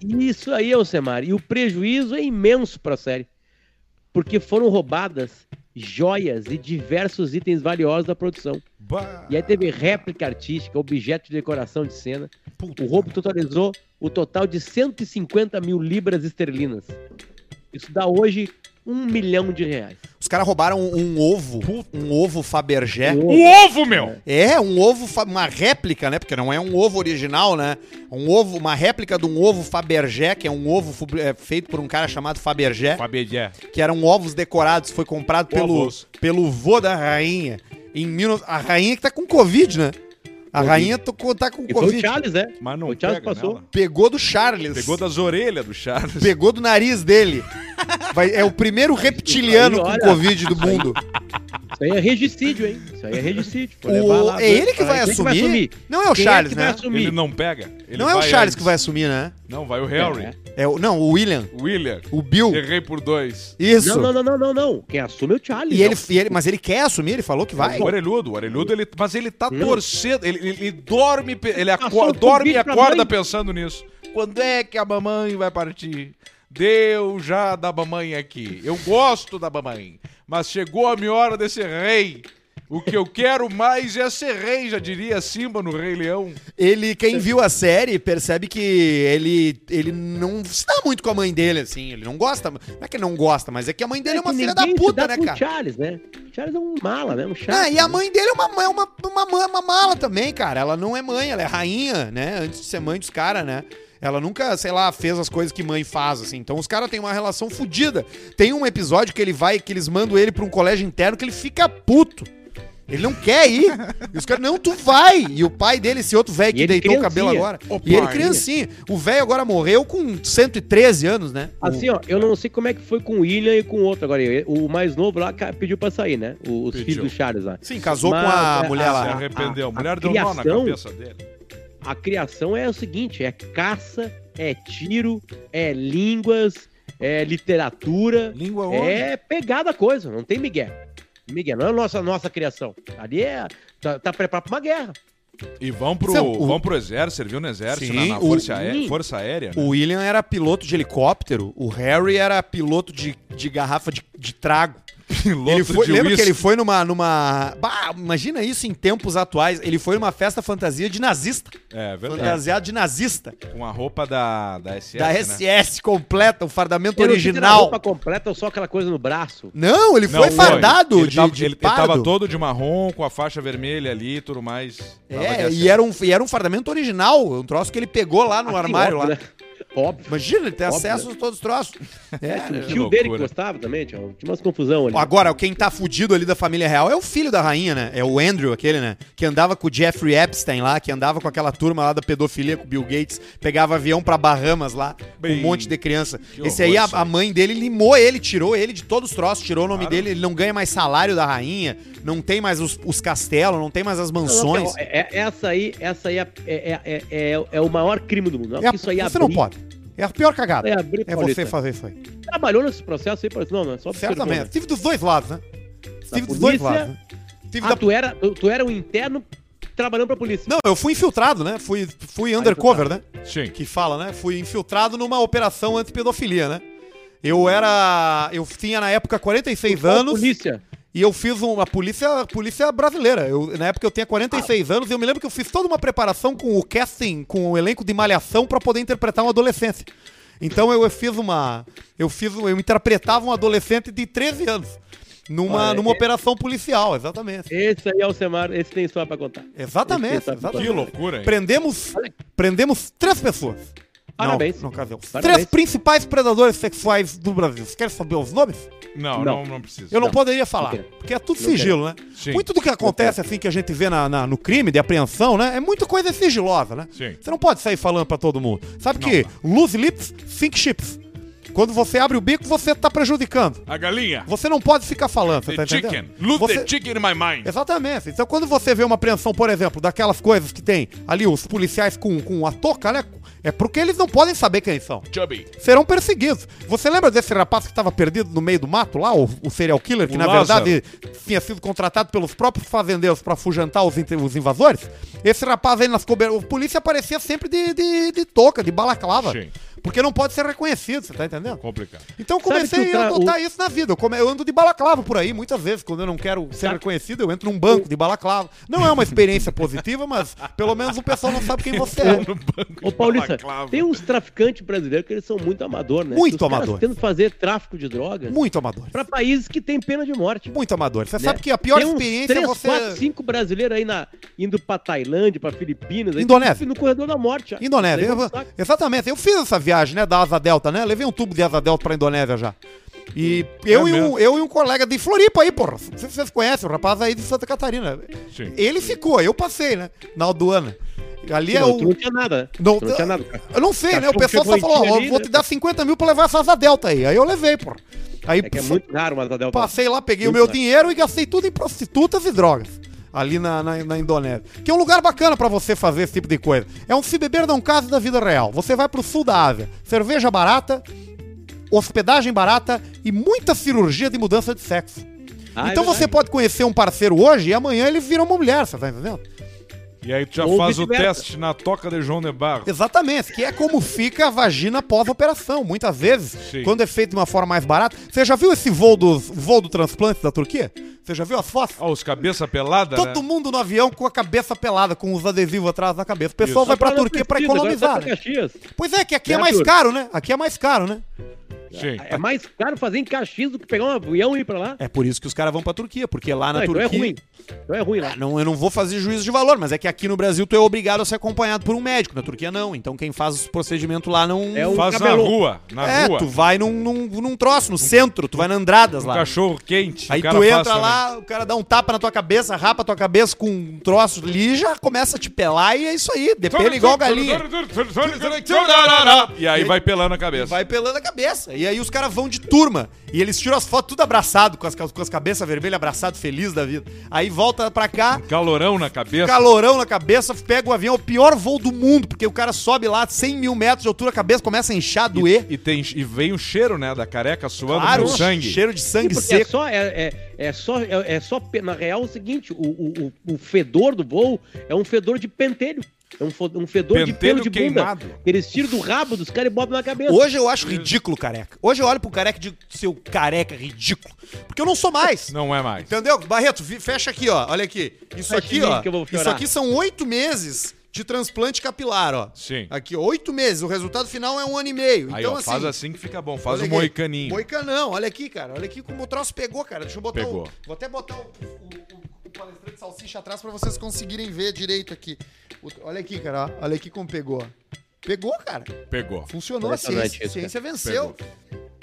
e Isso aí, Alcemar. E o prejuízo é imenso pra série. Porque foram roubadas joias e diversos itens valiosos da produção.
Bah.
E aí teve réplica artística, objeto de decoração de cena. O roubo totalizou o total de 150 mil libras esterlinas. Isso dá hoje um milhão de reais.
Os caras roubaram um, um ovo, um ovo Fabergé.
O ovo, meu!
É, um ovo, fa- uma réplica, né? Porque não é um ovo original, né? Um ovo, uma réplica de um ovo Fabergé, que é um ovo fu- é, feito por um cara chamado Fabergé,
Fabedé.
que eram ovos decorados, foi comprado pelo,
Ovos.
pelo vô da rainha. Em 19... A rainha que tá com Covid, né? A
Covid.
rainha tocou- tá com
E foi o
Covid.
Charles, né?
Mas não
O Thiago
pega
passou.
nela.
Pegou do Charles.
Pegou das orelhas do Charles.
Pegou do nariz dele. Vai- é o primeiro reptiliano
Aí,
com
olha.
Covid do mundo.
Isso aí é regicídio, hein? Isso aí é regicídio. Foi
O-
levar lá-
é ele que vai
Quem é
assumir? Não é o
Quem
Charles,
é que
né?
vai assumir?
Ele não pega. Ele
não é o
vai
Charles
antes.
que vai assumir, né?
Não, vai o Harry.
É.
É o, não, o William.
William.
O Bill.
Errei por dois.
Isso.
Não, não, não, não, não, não. Quem assume é o Charles.
E ele,
não.
e ele- mas ele quer assumir, ele falou que vai.
O orelhudo, o orelhudo, ele, mas ele tá
Hum.
torcendo, ele, ele, ele dorme, pe- ele
Passou
acorda,
o
dorme e
convite pra
acorda
mãe.
pensando nisso. Quando é que a mamãe vai partir? Deu já da mamãe aqui. Eu gosto da mamãe, mas chegou a minha hora de ser rei. O que eu quero mais é ser rei, já diria Simba no Rei Leão.
Ele, quem viu a série, percebe que ele, ele não está muito com a mãe dele, assim. Ele não gosta. Não é que não gosta, mas é que a mãe dele é, uma
que
filha da
ninguém se
puta,
dá
né,
com o
cara?
Charles, né? O Charles é um mala, né? Um chato.
Ah, e a
né?
mãe dele é uma, é uma, uma, ma- uma mala também, cara. Ela não é mãe, ela é rainha, né? Antes de ser mãe dos caras, né? Ela nunca, sei lá, fez as coisas que mãe faz, assim. Então os caras têm uma relação fodida. Tem um episódio que ele vai, que eles mandam ele pra um colégio interno que ele fica puto. Ele não quer ir. E os caras, não, tu vai. E o pai dele, esse outro velho
E
que
ele
deitou o cabelo
criancinha.
agora. e ele
pai.
criancinha. O velho agora morreu com 113 anos, né?
Assim, ó, eu não sei como é que foi com o William e com o outro agora. O mais novo lá ca- pediu pra sair, né? O- Os
Pediu.
filhos do Charles lá.
Sim, casou
Mas,
com a
é,
mulher
a-
lá.
Se arrependeu. A,
a
mulher deu nó na
criação-
cabeça dele.
A criação é o seguinte: é caça, é tiro, é línguas, é literatura.
Língua
É pegada a coisa, não tem Miguel. Miguel, não é nossa, nossa criação. Ali é. Tá, tá preparado pra uma guerra.
E vão pro,
Então, o-
vão pro exército, serviu no exército,
Sim,
na, na
o-
força, aérea,
Sim.
força Aérea, né?
O William era piloto de helicóptero, o Harry era piloto de, de garrafa de, de trago.
Piloto
Ele foi,
de
lembra que
uísque.
ele foi numa. numa bah, imagina isso em tempos atuais. Ele foi numa festa fantasia de nazista.
É, verdade.
Fantasiado de nazista.
Com a roupa da, da SS,
da
né?
SS completa, o fardamento
Eu não sei se era
original.
roupa completa ou só aquela coisa no braço.
Não, ele
Não,
foi fardado
Ele
de,
tava,
de
ele, ele
pardo.
tava todo de marrom, com a faixa vermelha ali e tudo mais. Tava assim. de
É,
SS.
e era, um, e era um fardamento original, um troço que ele pegou lá no
Assim,
armário.
óbvio,
lá.
né? Óbvio.
Imagina, ele tem
Óbvio. né?
acesso a todos os troços.
O
É,
tio
loucura.
dele que gostava também, tinha, tinha umas confusão ali.
Agora, quem tá fudido ali da família real é o filho da rainha, né? É o Andrew, aquele, né? Que andava com o Jeffrey Epstein lá, que andava com aquela turma lá da pedofilia com o Bill Gates, pegava avião pra Bahamas lá, com um
Bem,
monte de criança.
que
Esse aí, a,
horror isso aí.
a mãe dele limou ele, tirou ele de todos os troços, tirou o nome
Claro.
dele, ele não ganha mais salário da rainha, não tem mais os, os castelos, não tem mais as
Não, não,
mansões.
porque, ó, é- é- essa aí, essa aí é, é- é- é- é o maior crime do mundo. Não,
É a-
porque isso aí
você
abrir,
não pode. É a pior cagada.
É abrir,
É você
Paulista.
fazer isso aí.
Trabalhou nesse processo aí, Paulista? não, não, é só observou,
Certamente.
né?
Tive dos dois lados, né? Tive dos
polícia-
dois lados. Né? Tive
Ah,
da
tu era, tu, tu era um interno trabalhando pra polícia.
Não, eu fui infiltrado, né? Fui, fui undercover, né?
Sim.
Que fala, né? Fui infiltrado numa operação antipedofilia, né? Eu era. Eu tinha na época 46
Qual
anos
Polícia.
e eu fiz uma polícia, a polícia brasileira. Eu, na época eu tinha 46 anos e eu me lembro que eu fiz toda uma preparação com o casting, com o elenco de malhação pra poder interpretar um adolescente. Então eu fiz uma. Eu fiz. Eu interpretava um adolescente de 13 anos. Numa,
Olha,
numa
é-
operação policial, exatamente.
Esse aí é o Semar, esse tem história pra contar.
Exatamente,
Espetáculo.
exatamente.
Que loucura, hein?
Prendemos, prendemos três pessoas.
Parabéns.
Não, não casamos.
Parabéns.
Três principais predadores sexuais do Brasil. Você quer saber os nomes?
Não, não,
Não.
não, precisa.
Eu não,
Não.
poderia falar,
Não quero.
porque é tudo
Não quero.
sigilo, né?
Sim.
Muito do que acontece, assim, que a gente vê na, na- no crime, de apreensão, né? É muita coisa sigilosa, né?
Sim.
Você não pode sair falando pra todo mundo. Sabe que loose lips, think chips. Quando você abre o bico, você tá prejudicando.
A galinha.
Você não pode ficar falando, você tá
The chicken.
entendendo?
Loot
Você-
the chicken in my mind.
Exatamente. Então, quando você vê uma apreensão, por exemplo, daquelas coisas que tem ali os policiais com, com a touca, né? É porque eles não podem saber quem são.
Chubby.
Serão perseguidos. Você lembra desse rapaz que estava perdido no meio do mato lá, o, o serial killer, que
O
na
Lázaro.
verdade tinha sido contratado pelos próprios fazendeiros para afugentar os, inte- os invasores? Esse rapaz aí nas coberturas. A polícia aparecia sempre de, de, de touca, de balaclava.
Sim.
Porque não pode ser reconhecido, você tá entendendo?
Complicado.
Então eu
Sabe
comecei
que o
a
tra-
adotar isso na vida. Eu, come- eu ando de balaclava por aí, muitas vezes. Quando eu não quero ser reconhecido, eu entro num banco de balaclava. Não é uma experiência positiva, mas pelo menos o pessoal não sabe quem você é.
No banco
Ô,
de
Paulista,
balaclava.
tem uns traficantes brasileiros que eles são muito amador, né?
Muito
Os caras
amador.
Tendo fazer tráfico de drogas
Muito amador.
pra países que têm pena de morte.
Muito amador. Você
né?
sabe que a pior
Tem uns
experiência é
três, quatro,
você.
cinco brasileiros aí na, indo pra Tailândia, pra Filipinas. aí, um
Indonésia.
No corredor da morte. já.
Indonésia.
Isso aí é um
Eu-
saco.
exatamente. Eu fiz essa viagem, né, da Asa Delta, né? Levei um tubo de Asa Delta pra Indonésia já. E
É
eu, e um,
mesmo?
eu e um colega de Floripa aí, porra. Não sei se vocês conhecem, o rapaz aí de Santa Catarina.
Sim.
Ele ficou, eu passei, né? Na aduana. Ali é
Não, tu
o.
não tinha nada, né?
Não,
Tu não tinha nada.
Eu não sei, né? O
Cachorro
pessoal só
chegou
falou,
em
ó,
Tiriri,
vou
né?
te dar 50 mil pra levar essa asa delta aí. Aí eu levei, pô. Aí
É que é muito raro uma Zadel.
passei lá, peguei o
Muito
meu
caro.
dinheiro e gastei tudo em prostitutas e drogas. Ali na, na, na Indonésia. Que é um lugar bacana pra você fazer esse tipo de coisa. É um se beber não caso da vida real. Você vai pro sul da Ásia. Cerveja barata, hospedagem barata e muita cirurgia de mudança de sexo.
Ah, é
então você
verdade.
pode conhecer um parceiro hoje e amanhã ele vira uma mulher, você tá entendendo? é
E aí tu já
Ou
faz o
vice-versa.
teste na toca de João de Barro.
Exatamente, que é como fica a vagina pós-operação. Muitas vezes,
Sim.
quando é feito de uma forma mais barata. Você já viu esse voo do, voo do transplante da Turquia? Você já viu as fotos?
Ó, os cabeça pelada,
Todo
né?
mundo no avião com a cabeça pelada, com os adesivos atrás na cabeça. O pessoal
Isso.
vai pra
Agora não
Turquia pra
precisa, agora
economizar.
vai pra
né?
Caxias.
Pois é, que aqui é
Né,
mais
Arthur?
caro, né? Aqui é mais caro, né?
Sim.
É mais caro fazer em Caxias do que pegar um avião e ir pra lá.
É por isso que os caras vão pra Turquia, porque lá na
Ah, então
Turquia.
é ruim. Então é ruim lá.
Ah, Não, eu não vou fazer juízo de valor, mas é que aqui no Brasil tu é obrigado a ser acompanhado por um médico. Na Turquia não. Então quem faz os procedimentos lá não.
É um
Faz na
cabelão.
rua, na
é,
rua.
tu vai num, num, num troço, no centro, tu vai na Andradas
Um
lá.
cachorro quente.
Aí
o cara né?
tu
faz
entra
também.
lá, o cara dá um tapa na tua cabeça, rapa a tua cabeça com um troço ali, já começa a te pelar e é isso aí, depende igual galinha.
E aí vai pelando a cabeça.
Vai pelando a cabeça. E aí os caras vão de turma. E eles tiram as fotos tudo abraçado, com as, ca- com as cabeças vermelhas, abraçado, feliz da vida. Aí volta pra cá,
Calorão na cabeça.
calorão na cabeça, pega o avião, é o pior voo do mundo, porque o cara sobe lá 100 mil metros de altura, a cabeça começa a inchar, doer.
E, tem, e vem o cheiro, né? Da careca suando
Claro,
com sangue.
cheiro de
Sim,
sangue
porque
seco.
É só, é, é, é só, é, é só, pe- na real, é o seguinte, o, o, o- o fedor do voo é um fedor de pentelho. É um, fo- um fedor de pelo de bunda.
queimado.
Eles tiram do rabo dos caras e botam na cabeça.
Hoje eu acho ridículo careca. Hoje eu olho pro careca e digo, seu careca ridículo. Porque eu não sou mais.
Não é mais.
Entendeu? Barreto, vi- fecha aqui, ó. Olha aqui. Isso
Fecha
aqui,
em mim
ó.
que eu vou chorar.
Isso aqui são oito meses de transplante capilar, ó.
Sim.
Aqui, ó, oito meses. O resultado final é um ano e meio.
Aí,
então,
ó,
assim.
faz assim que fica bom. Faz
olha
o
aqui.
moicaninho.
Moicanão, olha aqui, cara. Olha aqui como o troço pegou, cara. Deixa eu botar
Pegou.
o. Vou até botar o, o- o- o palestrante de salsicha atrás pra vocês conseguirem ver direito aqui. O- olha aqui, cara. ó. Olha aqui como pegou. ó. Pegou, cara.
Pegou.
Funcionou a
Impressionante
ciência. A
isso,
ciência venceu.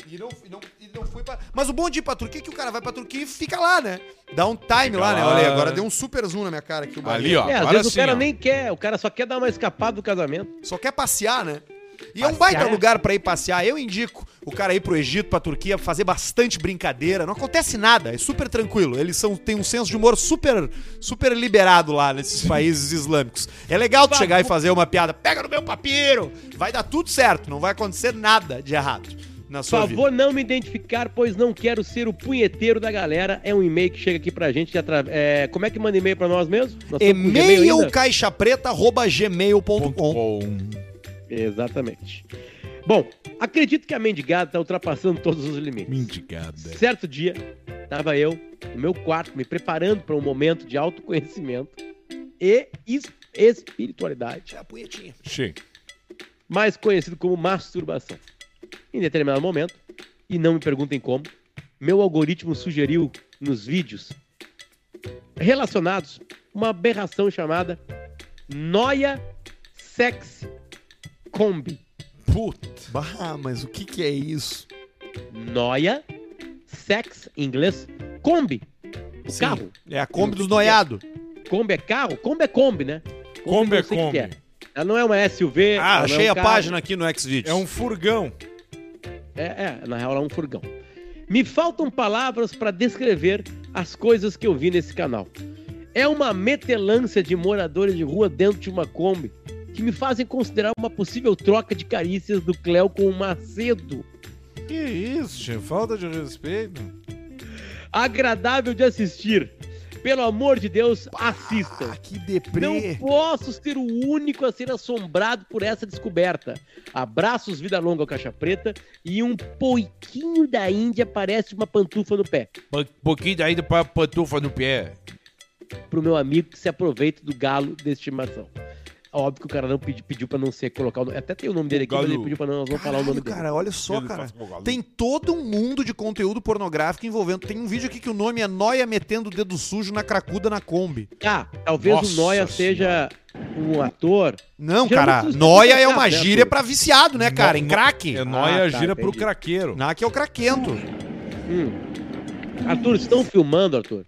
E não, e, não, e não fui pra. Mas o bom de ir pra Turquia é que o cara vai pra Turquia e fica lá, né? Dá um time lá, né?
lá.
Olha aí, agora deu um super zoom na minha cara aqui. O
Ali, ó.
É, às
Agora
vezes
sim,
o cara
ó.
nem quer, o cara só quer dar uma escapada do casamento.
Só quer passear, né? E é um baita lugar pra ir passear. Eu indico o cara ir pro Egito, pra Turquia, fazer bastante brincadeira. Não acontece nada, é super tranquilo. Eles são, têm um senso de humor super, super liberado lá nesses países islâmicos. É legal tu chegar e fazer uma piada. Pega no meu papiro! Vai dar tudo certo, não vai acontecer nada de errado na
Por
sua vida.
favor, não me identificar, pois não quero ser o punheteiro da galera. É um e-mail que chega aqui pra gente. Atra... É, como é que manda e-mail pra nós mesmo? Nós estamos com Gmail ainda?
e-mail caixapreta@gmail.com.
Com.
Exatamente. Bom, acredito que a mendigada tá ultrapassando todos os limites.
Mendigada.
Certo dia, estava eu no meu quarto me preparando para um momento de autoconhecimento e es- espiritualidade,
Sim.
mais conhecido como masturbação. Em determinado momento, e não me perguntem como, meu algoritmo sugeriu nos vídeos relacionados uma aberração chamada noia sex combi.
Puta.
Bah, mas o que que é isso?
Noia sex em inglês combi. O
Sim.
carro
É a Kombi dos noiados.
Kombi é carro? Kombi é Kombi, né?
Kombi é
eu sei o que
Kombi.
que é. Ela não é uma SUV. ela
Ah,
não é
achei
um
a
carro.
página aqui no Xvideos.
É um furgão.
É, é, na real ela é um furgão. Me faltam palavras para descrever as coisas que eu vi nesse canal. É uma metelância de moradores de rua dentro de uma Kombi que me fazem considerar uma possível troca de carícias do Cléo com o Macedo.
Que isso, chefe? Falta de respeito.
Agradável de assistir. Pelo amor de Deus, assistam.
Ah, que
Não
deprê.
posso ser o único a ser assombrado por essa descoberta. Abraços, vida longa ao caixa preta e um poiquinho da Índia parece uma pantufa no pé.
Um pouquinho daí pra pantufa no pé.
Pro meu amigo que se aproveita do galo de estimação. Óbvio que o cara não pedi- pediu pra não ser colocar o nome. Até tem o nome dele aqui,
galo.
mas ele pediu pra não, nós vamos falar o nome
Caralho,
dele.
cara, olha só,
Ele
cara.
faz um com o
Tem todo um mundo de conteúdo pornográfico envolvendo. Tem um vídeo aqui que o nome é Noia metendo o dedo sujo na cracuda na Kombi.
Ah, talvez o
Nossa
Noia seja um ator.
Não,
Geralmente
cara.
os-
Noia é uma
Ah,
gíria
certo.
pra viciado, né, cara? Em
No-
craque.
É nóia,
tá,
gira pro
entendi.
craqueiro.
Naque é o craquento.
Hum. Arthur, estão filmando, Arthur.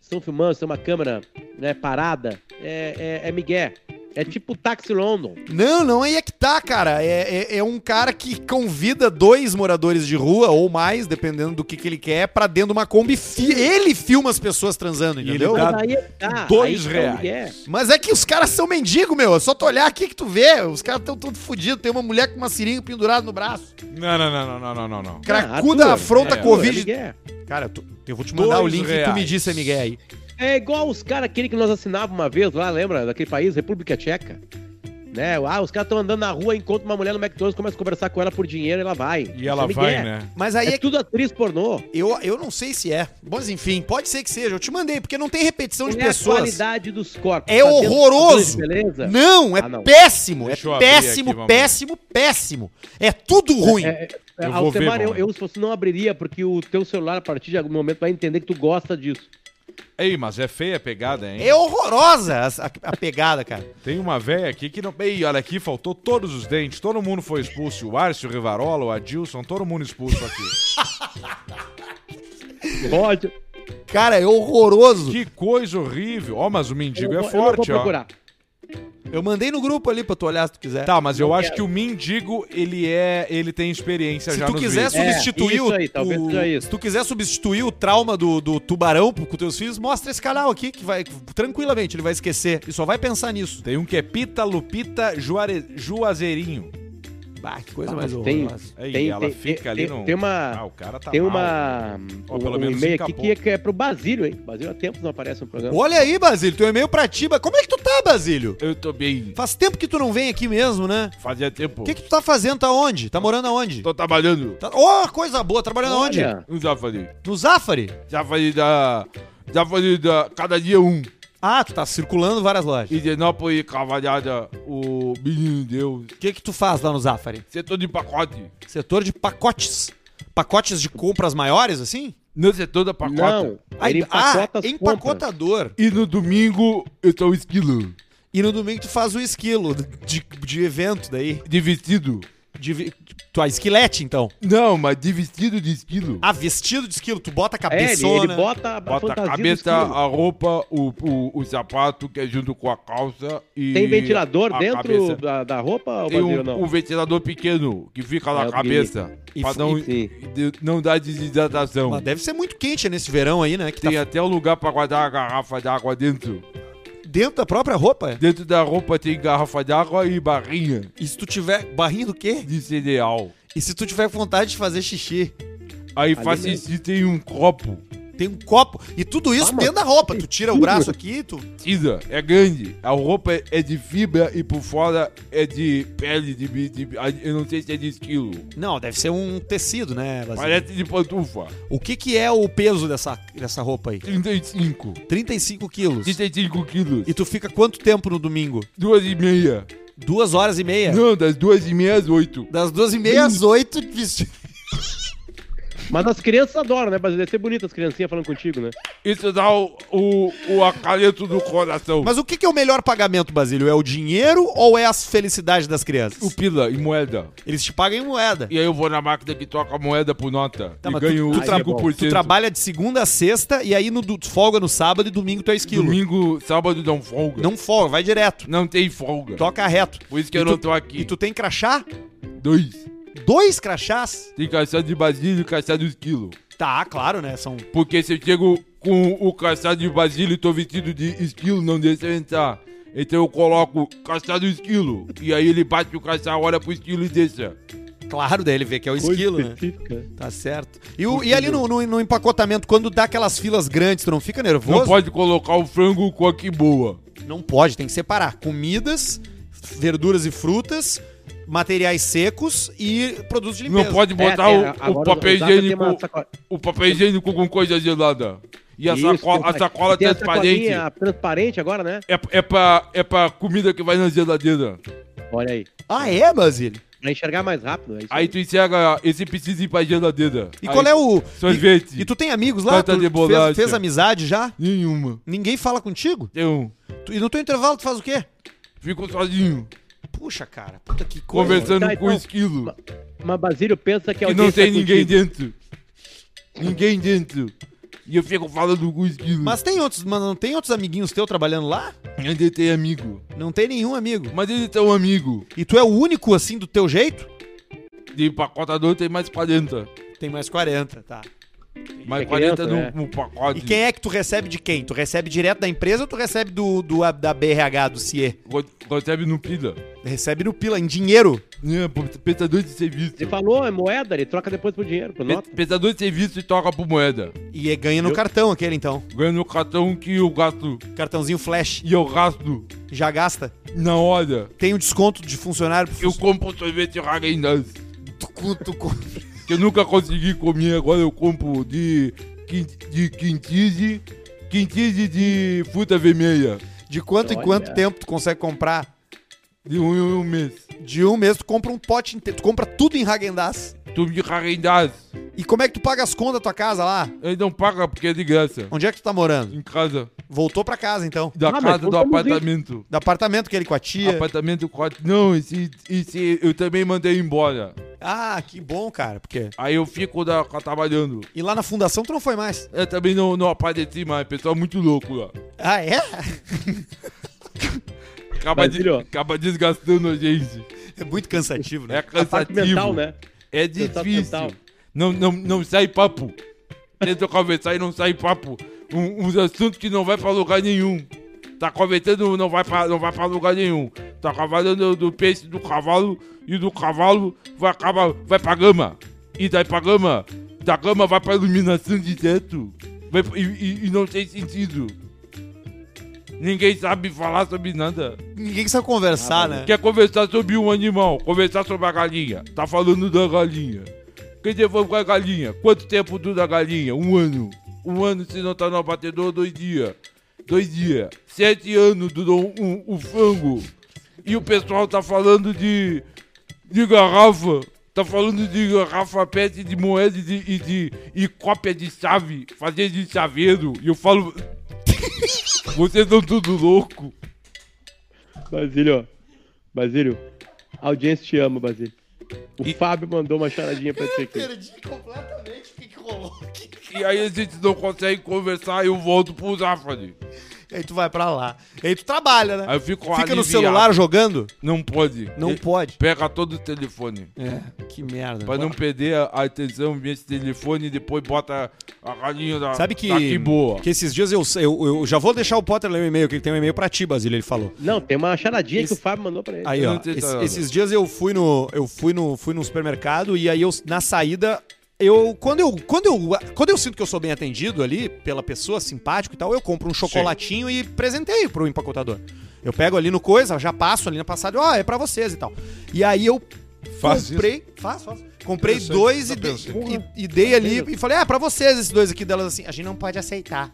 Estão filmando, tem uma câmera né, parada. É, é, é Miguel. É tipo Taxi London.
Não, não aí é que tá, cara. É, é, é um cara que convida dois moradores de rua, ou mais, dependendo do que, que ele quer, pra dentro de uma Kombi. Fi- ele filma as pessoas transando,
E ele
entendeu?
dá-
Mas aí é- tá,
dois
aí que tá
reais.
o Miguel.
Mas é que os caras são mendigo, meu. É só tu olhar aqui que tu vê. Os caras estão tudo fodidos. Tem uma mulher com uma seringa pendurada no braço.
Não, não, não, não, não, não, não, não.
Cracuda
Arthur,
afronta
Ah, é,
Covid.
é Miguel.
Cara, tu- eu vou te mandar
Dois
o link que tu me
reais.
disse, Miguel, aí.
É igual os caras, aquele que nós assinávamos uma vez lá, lembra? Daquele país, República Tcheca. Né? Ah, os caras estão andando na rua, encontram uma mulher no McDonald's, começa a conversar com ela por dinheiro, ela vai.
E ela vai, né?
Mas
Aí
aí
é,
é que
tudo atriz pornô.
eu, eu não sei se é. Mas enfim, pode ser que seja. Eu te mandei, porque não tem repetição de
é a
pessoas.
qualidade dos corpos. Tá
É
dentro dos
horroroso.
padrões, Beleza?
Não, é
Ah, não.
péssimo.
Deixa eu
é
abrir
péssimo,
aqui, vamos ver.
péssimo, péssimo. É tudo ruim.
É,
Eu vou
Altemar,
ver,
eu,
mamãe.
eu se fosse não abriria, porque o teu celular, a partir de algum momento, vai entender que tu gosta disso.
Ei, mas é feia a pegada, hein?
É horrorosa a, a- a pegada, cara.
Tem uma véia aqui que não. Ei, olha aqui, faltou todos os dentes. Todo mundo foi expulso. O Arcio, o Rivarola, o Adilson, todo mundo expulso aqui.
Pode.
Cara, é horroroso.
que coisa horrível. Ó, mas o mendigo
eu,
é
vou- eu não vou
forte, ó.
procurar.
Eu mandei no grupo ali pra tu olhar se tu quiser.
Tá, mas eu acho que o mendigo, ele é. Ele tem experiência
Se
já
tu
nos
quiser
vídeos.
É,
substituir
isso
o,
aí, talvez
o-
seja isso.
se tu quiser substituir o trauma do, do tubarão pro- com teus filhos, mostra esse canal aqui que vai tranquilamente ele vai esquecer e só vai pensar nisso.
Tem um que é Pita Lupita Juare... Juazeirinho.
Bah, que coisa
Ah,
mais
mas
horrorosa.
Aí
Tem-
ela
tem-
fica
tem-
ali
tem-
no.
tem uma-
Ah, o cara tá
Tem
mal.
uma.
Ó,
um-
pelo
um
menos
e-mail
fica
aqui que
pouco.
é, que é pro Basílio, hein? Basílio há tempos não aparece no programa.
Olha aí, Basílio, teu e-mail pra ti. Ba- Como é que tu tá, Basílio?
Eu tô bem.
Faz tempo que tu não vem aqui mesmo, né?
Fazia tempo.
O que, que tu tá fazendo? Tá onde? Tá morando aonde?
Tô trabalhando.
Tá... Oh, coisa boa, trabalhando aonde?
Olha,
Não já falei.
No Zafari?
Já falei da. Já falei da. Cada dia um.
Ah, tu tá circulando várias lojas.
E de e cavalhada, o menino Deus.
O que que tu faz lá no Zafari?
Setor de pacote.
Setor de pacotes. Pacotes de compras maiores, assim? Ah,
No setor da pacota.
não, ele empacota as compras.
empacotador.
E no domingo eu sou esquilo.
E no domingo tu faz o esquilo de, de evento daí.
De vestido.
De, vi- tu é esquilete, então.
Não, mas de vestido de esquilo.
Ah, vestido de esquilo, tu bota a
É, ele, ele
cabeçona.
bota a
Bota a
fantasia do
cabeça,
esquilo.
a roupa, o, o, o sapato que é junto com a calça e.
Tem ventilador
a
dentro
cabeça.
da, da roupa, ô
Tem
Basílio,
um,
não?
um ventilador pequeno que fica na
É, o
cabeça.
E
pra
fu-
não,
e- sim.
de- não dar
um-
desidratação.
Mas deve ser muito quente nesse verão aí, né? Que
Tem
tá
até um lugar pra guardar a garrafa d'água dentro.
dentro da própria roupa.
Dentro da roupa tem garrafa d'água e barrinha
E se tu tiver barrinha do quê?
de cereal.
E se tu tiver vontade de fazer xixi?
Aí
Ali
faz
mesmo.
xixi tem um copo.
Tem um copo. E tudo isso
Ah, mas-
dentro da roupa. Tu tira o braço aqui, tu.
Tira, é grande. A roupa é- é de fibra e por fora é de pele de, bi- de bi- Eu não sei se é de esquilo.
Não, deve ser um tecido, né, Basílio?
Parece de pantufa.
O que, que é o peso dessa, dessa roupa aí?
35.
35 quilos.
35 quilos.
E tu fica quanto tempo no domingo?
Duas e meia.
Duas horas e meia?
Não, das duas e meia às oito.
Das duas e meia às oito, vestido.
Mas as crianças adoram, né, Basílio? Deve ser bonito as criancinhas falando contigo, né?
Isso dá o, o, o acalento do coração.
Mas o que, que é o melhor pagamento, Basílio? É o dinheiro ou é as felicidades das
O
crianças?
pila e moeda.
Eles te pagam em moeda.
E aí eu vou na máquina que toca moeda por nota.
Tá,
e
mas
ganho
tu, tu, tra-
5%.
tu trabalha de segunda a sexta e aí no, du- tu folga no sábado e domingo tu é esquilo.
Domingo, sábado não folga.
Não folga, vai direto.
Não tem folga.
Toca reto.
Por isso que
E
eu
tu-
não tô aqui.
E tu tem crachá?
Dois.
Dois crachás?
Tem caçado de Basílio e caçado de esquilo.
Tá, claro, né? São.
Porque se eu chego com o caçado de Basílio e tô vestido de esquilo, não deixa eu entrar. Então eu coloco caçado e esquilo. E aí ele bate o caçado, olha pro esquilo e deixa.
Claro, daí ele vê que é o esquilo, né?
específica.
Tá certo. E, o- e ali no, no- no empacotamento, quando dá aquelas filas grandes, tu não fica nervoso?
Não pode colocar o frango com a que boa.
Não pode, tem que separar comidas, verduras e frutas, materiais secos e produtos de limpeza.
Não pode botar
É,
o-
é,
o,
agora
papel
Zaca tem
higiênico.
uma sacola-
O papel higiênico com coisa gelada. E a
Isso,
sacola, a
tem-
sacola
tem a
transparente
sacolinha transparente agora, né?
é, é, pra, é pra comida que vai na geladeira.
Olha aí.
Ah, é, Basílio?
Pra enxergar mais rápido, é isso
Aí tu enxerga esse precisa ir pra geladeira.
E
Aí-
qual é o.
Sorvete.
E, e tu tem amigos lá?
Torta
Tu
de
fez-
bolacha.
Fez, amizade já?
Nenhuma.
Ninguém fala contigo?
Tem um.
Tu- e no teu intervalo tu faz o quê?
Fico sozinho,
Puxa, cara, puta que coisa.
conversando
Tá,
com o
então.
esquilo.
Mas Basílio pensa que a
E não
audiência
tem
é
ninguém
contigo.
dentro. Ninguém dentro. E eu fico falando com o esquilo.
Mas tem outros, mas não tem outros amiguinhos teus trabalhando lá?
ainda tem amigo.
Não tem nenhum amigo.
Mas eles são amigo.
E tu é o único assim do teu jeito?
De empacotador tem mais 40.
Tem mais 40, tá.
Mais
É
40
criança,
no,
né?
no pacote.
E quem é que tu recebe de quem? Tu recebe direto da empresa ou tu recebe do, do- da BRH, do CIE?
Re- Recebe no pila.
Recebe no pila, em dinheiro.
É, pô, prestador de serviço.
Ele falou, é moeda, ele troca depois por dinheiro, por nota.
Pe- Prestador de serviço e toca por moeda.
E é- ganha no cartão aquele, então.
Ganho no cartão que eu gasto.
Cartãozinho flash.
E eu gasto
Já gasta.
na hora.
Tem o desconto de funcionário. pro
Eu
funcionário.
compro um sorvete Häagen-Dazs.
Tu cu- tu cu-
que eu nunca consegui comer, agora eu compro de, quin- de quintise, quintise de fruta vermelha,
De quanto em
Olha.
quanto tempo tu consegue comprar?
de um em um mês.
De um mês, tu compra um pote inteiro. Tu compra tudo em Hagendaz.
Tu me carrendas,
E como é que tu paga as contas da tua casa lá?
ele não paga porque é de graça,
Onde é que tu tá morando?
em casa,
Voltou pra casa, então.
da
Ah, mas
casa do
voltamos aí.
apartamento.
Do apartamento que ele com a tia.
Apartamento 4. Não, esse, esse eu também mandei embora.
Ah, que bom, cara. Porque...
Aí eu fico da, trabalhando.
E lá na fundação tu não foi mais.
Eu também não, não apareci mais, pessoal muito louco lá.
Ah, é?
Acaba, de-
Basílio.
acaba desgastando a gente.
É muito cansativo, né?
É
A parte
cansativo.
mental, né?
É
Cansaço
difícil.
mental.
Não, não, não sai papo. Tenta conversar e não sai papo. Um, uns assuntos que não vai pra lugar nenhum. Tá cometendo, não vai pra, não vai pra lugar nenhum. Tá cavalo do, do peixe do cavalo e do cavalo vai acabar, vai pra gama. E daí pra gama, da gama vai pra iluminação de teto. Vai pra- e, e- e não tem sentido. Ninguém sabe falar sobre nada.
Ninguém sabe conversar, né?
É. Quer conversar sobre um animal, conversar sobre a galinha. Tá falando da galinha. Quem tem fome com a galinha? Quanto tempo dura a galinha? Um ano. Um ano se não tá no abatedor, dois dias. Dois dias. Sete anos durou o um, um frango. E o pessoal tá falando de. de garrafa. Tá falando de garrafa pet, de moeda e de, e de- e cópia de chave. Fazer de chaveiro. E eu falo. Vocês são tudo louco.
Basílio, ó. Basílio, a audiência te ama, Basílio. O
E-
Fábio mandou uma charadinha pra ti aqui.
Perdi completamente o que, que rolou aqui.
E aí a gente não consegue conversar, eu volto pro Zafari.
E aí tu vai pra lá. E aí tu trabalha, né?
Aí eu fico
Fica no
aliviado.
celular jogando?
Não pode.
Não
E-
pode.
Pega todo o telefone.
É, que merda.
Pra não perder a- a atenção desse telefone e depois bota a galinha da.
Sabe que,
Tá que boa.
que esses dias eu, eu, eu já vou deixar o Potter ler o e-mail, que ele tem um e-mail pra ti, Basílio, ele falou.
Não, tem uma charadinha
Isso-
que o Fábio mandou pra ele.
Aí,
Eu
ó,
não tenho
es-
nada.
esses dias eu fui no eu fui no fui no supermercado e aí eu na saída eu quando eu quando eu quando eu sinto que eu sou bem atendido ali pela pessoa simpático e tal, eu compro um chocolatinho e presenteio pro empacotador. Eu pego ali no coisa, já passo ali na passada, ó, é pra vocês e tal. E aí eu
Faz isso.
comprei, faz, faz. Comprei
Interessante,
dois e,
tá
dei-
pensando.
e, e dei ali e falei, ah, pra vocês esses dois aqui. Delas assim, a gente não pode aceitar.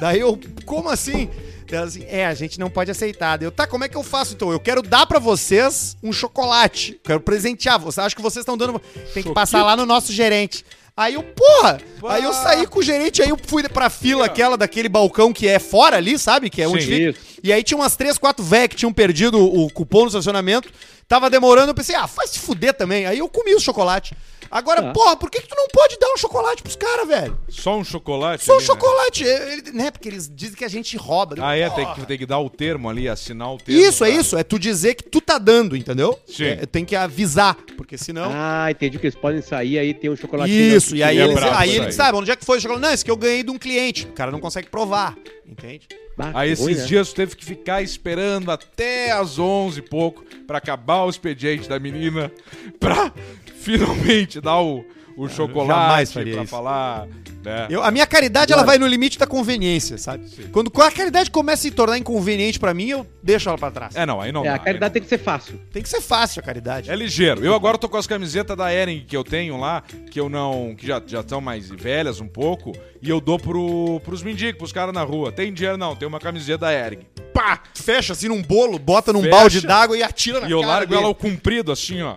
Daí eu, como assim? Delas assim, é, a gente não pode aceitar. Daí eu, tá, como é que eu faço então? Eu quero dar pra vocês um chocolate. Quero presentear. Você acha que vocês estão dando. Tem que passar lá no nosso gerente. Aí eu, porra! Aí eu saí com o gerente, aí eu fui pra fila aquela daquele balcão que é fora ali, sabe? Que é onde
Sim.
fica.
Isso.
E aí tinha umas três, quatro véi que tinham perdido o cupom no estacionamento. Tava demorando, eu pensei, ah, faz se fuder também. Aí eu comi o chocolate. Agora,
Tá.
porra, por que, que tu não pode dar um chocolate pros caras, velho?
Só um chocolate?
Só um
ali, né?
chocolate. É, Ele, né? Porque eles dizem que a gente rouba.
Ah, é, tem
Porra.
que, tem que dar o termo ali, assinar o termo.
Isso, é
tá?
isso. É tu dizer que tu tá dando, entendeu?
Sim.
É, tem que avisar, porque senão...
Ah, entendi que eles podem sair aí, tem um chocolatinho.
Isso, e aí,
E é
eles,
brabo
aí
isso
ele
aí.
sabe onde é que foi o chocolate. Não, esse que eu ganhei de um cliente. O cara não consegue provar, entende?
Bah,
Aí Ah, esses
ruim, né?
dias tu teve que ficar esperando até as 11 e pouco pra acabar o expediente da menina pra finalmente dar o, o
É, jamais
chocolate
faria
pra
isso.
falar. né?
Eu- a minha caridade, ela vai no limite da conveniência, sabe? Quando a caridade começa a se tornar inconveniente pra mim, eu deixo ela pra trás.
É, não, aí não.
É,
dá,
a
aí
caridade tem que ser fácil.
Tem que ser fácil a caridade.
É ligeiro. Eu agora tô com as camisetas da Eren que eu tenho lá, que eu não. que já já estão mais velhas um pouco, e eu dou pro, pros mendigos, pros caras na rua. Tem dinheiro não, tem uma camiseta da Eren. Pá!
Fecha assim num bolo, bota num
Fecha.
balde d'água e atira na
E eu
cara
largo
dele.
ela ao comprido, assim, ó.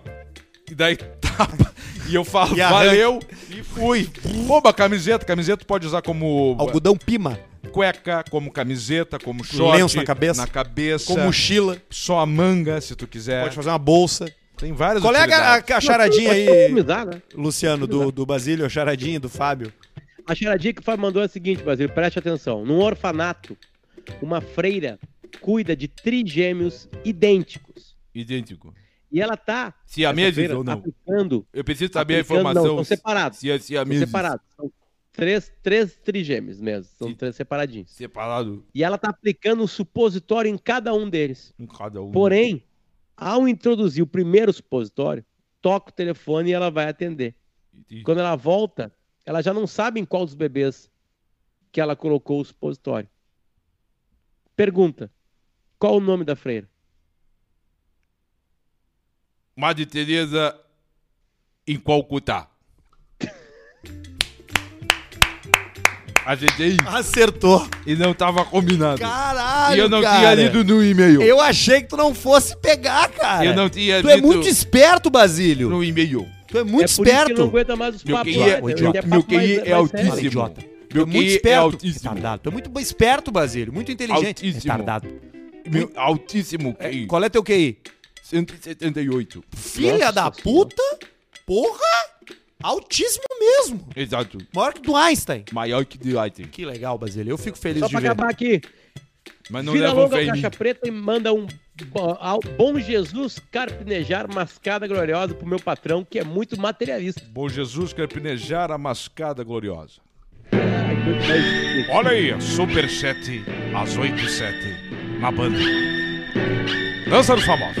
E daí tapa. E eu falo,
E arranca.
valeu, e fui. Oba, camiseta. Camiseta tu pode usar como
Algodão pima,
cueca, como camiseta, como short.
Um lenço na cabeça.
Na cabeça.
com mochila,
Só a manga, se tu quiser.
pode fazer uma bolsa.
Tem várias
Qual é a,
utilidades.
a- a charadinha
Pode
aí,
economizar, né?
Luciano, do, do Basílio, a charadinha do Fábio?
A charadinha que o Fábio mandou é a seguinte, Basílio, preste atenção. Num orfanato, uma freira cuida de trigêmeos idênticos.
Idêntico.
E ela tá
Se a
essa
meses
freira,
ou não?
aplicando.
Eu preciso saber a
aplicando- Não,
informação.
são separados.
se, se a
São separados. São três, três trigêmeos mesmo. São
Sim.
três separadinhos.
Separado
E ela tá aplicando um supositório em cada um deles.
em cada um.
Porém, ao introduzir o primeiro supositório, toca o telefone e ela vai atender.
E-
Quando ela volta, ela já não sabe em qual dos bebês que ela colocou o supositório. Pergunta: qual o nome da freira?
Madre Teresa em Calcutá. Ajeitei
Acertou.
é e não tava combinado.
Caralho,
e eu não
cara.
tinha lido no e-mail.
Eu achei que tu não fosse pegar, cara.
Eu não tinha
Tu é
lido
muito esperto, Basílio.
no e-mail.
Tu é muito
é por isso que
esperto.
ele não aguenta mais os
Meu
papos.
QI
lá,
é,
entendeu?
idiota.
Ele papo
meu QI
mais-
é
mais sério.
altíssimo.
idiota. Tu é
Meu
muito
QI é
esperto.
altíssimo.
Retardado. Tu é muito esperto, Basílio. Muito inteligente.
Altíssimo. Meu altíssimo QI.
Qual é teu QI?
178.
Filha
Nossa
da
Senhora.
puta? Porra! Altíssimo mesmo!
Exato.
Maior que do Einstein.
Maior que de Lighting.
Que legal, Basílio. Eu fico feliz
Só
de
pra
ver.
acabar aqui.
Mas não
Vira
levam
longa
fé em
a
mim.
caixa preta e manda um bo- ao- bom Jesus carpinejar mascada gloriosa pro meu patrão, que é muito materialista.
Bom Jesus carpinejar a mascada gloriosa.
Ai, muito mais-
Olha aí, Super 7, às 8 e 7. na banda. Dança dos famosos.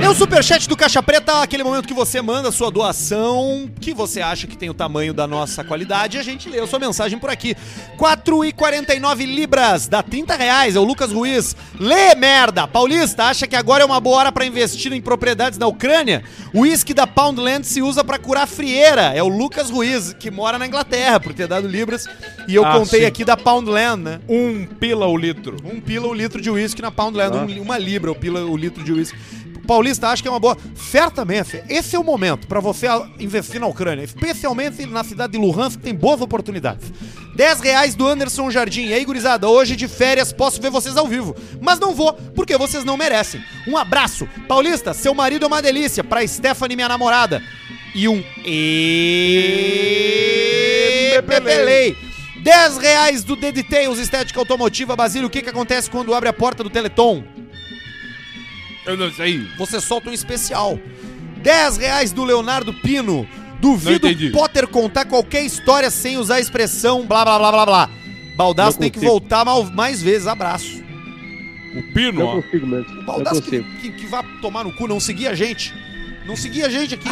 É o superchat do Caixa Preta, aquele momento que você manda a sua doação, que você acha que tem o tamanho da nossa qualidade, e a gente lê a sua mensagem por aqui. 4,49 libras, dá 30 reais, é o Lucas Ruiz. Lê, merda! Paulista, acha que agora é uma boa hora pra investir em propriedades na Ucrânia? O uísque da Poundland se usa pra curar frieira, é o Lucas Ruiz, que mora na Inglaterra, por ter dado libras, e eu
Ah,
contei
sim.
aqui da Poundland, né?
Um pila o litro.
Um pila o litro de uísque na Poundland, um li- uma libra o pila o litro de uísque. Paulista, acho que é uma boa. Certamente, esse é o momento para você a- investir na Ucrânia, especialmente na cidade de Luhansk, que tem boas oportunidades. 10 reais do Anderson Jardim. E aí, gurizada, hoje de férias posso ver vocês ao vivo, mas não vou, porque vocês não merecem. Um abraço. Paulista, seu marido é uma delícia. Pra Stephanie, minha namorada. E um... E... Pepelei. 10 reais do The Details Estética Automotiva. Basílio, o que, que acontece quando abre a porta do Teleton?
Eu não sei.
Você solta um especial. 10 reais do Leonardo Pino. Duvido
Não entendi.
Potter contar qualquer história sem usar a expressão blá blá blá blá blá. Baldaço
Não
tem que
consigo.
voltar mal- mais vezes. Abraço.
O pino,
Não
ó.
consigo mesmo.
O
Não
Baldaço que,
consigo.
que, que vai tomar no cu, não seguia a gente. Não seguia a gente aqui.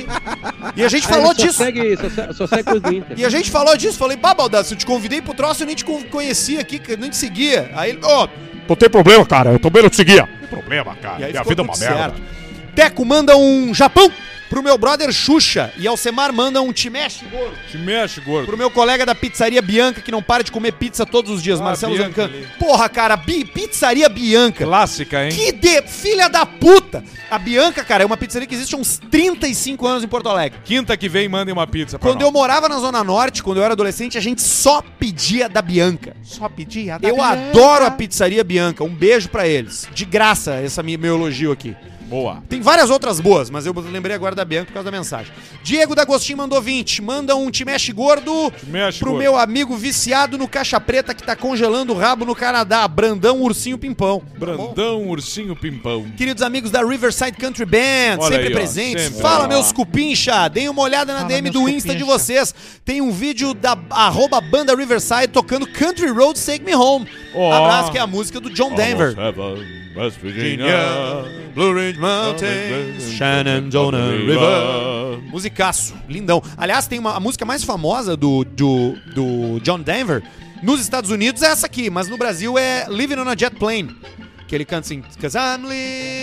E a gente
Ah, ele
falou
só
disso.
Segue, só, se- só segue coisa do Inter.
E a gente falou disso, falei, pá, Baldaço, eu te convidei pro troço, eu nem te con- conhecia aqui, que eu nem te seguia. Aí ele, ô,
Não tem problema, cara. Eu também não te seguia. Não tem problema, cara.
E aí
Minha
ficou
vida é
tudo
uma merda.
certo. Teco manda um Japão pro meu brother Xuxa. E Alcemar manda um Timesh gordo
Te mexe, gordo.
pro meu colega da pizzaria Bianca, que não para de comer pizza todos os dias,
Ah,
Marcelo
Bianca
Zancan.
ali.
Porra, cara, Bi- pizzaria Bianca.
Clássica, hein?
Que de... filha da puta! A Bianca, cara, é uma pizzaria que existe há uns 35 anos em Porto Alegre.
Quinta que vem, mandem uma pizza pra
Quando eu morava na Zona Norte, quando eu era adolescente, a gente só pedia da Bianca.
Só pedir a da
Eu
Bianca.
adoro a pizzaria Bianca. Um beijo pra eles. De graça, essa minha, meu elogio aqui.
eu... Boa.
Tem várias outras boas, mas eu lembrei agora da Bianca por causa da mensagem. Diego D'Agostinho mandou 20. Manda um te mexe gordo
Te mexe,
pro
gordo.
meu amigo viciado no caixa preta que tá congelando o rabo no Canadá. Brandão Ursinho Pimpão.
Brandão, ursinho, pimpão.
Queridos amigos da Riverside Country Band,
Olha
sempre
aí, ó,
presentes.
sempre.
Fala,
Ó.
meus cupincha. Deem uma olhada na
Fala,
DM do
meus
Insta de
cupincha.
vocês. Tem um vídeo da arroba banda Riverside tocando Country Roads Take Me Home.
Ó.
Abraço, que é a música do John Denver.
Almost heaven, West Virginia.
Virginia, Blue Ridge Mountains, Shenandoah River. Musicaço, lindão. Aliás, tem uma a música mais famosa do, do, do John Denver nos Estados Unidos é essa aqui, mas no Brasil é Living on a Jet Plane. Que ele canta assim: Cause I'm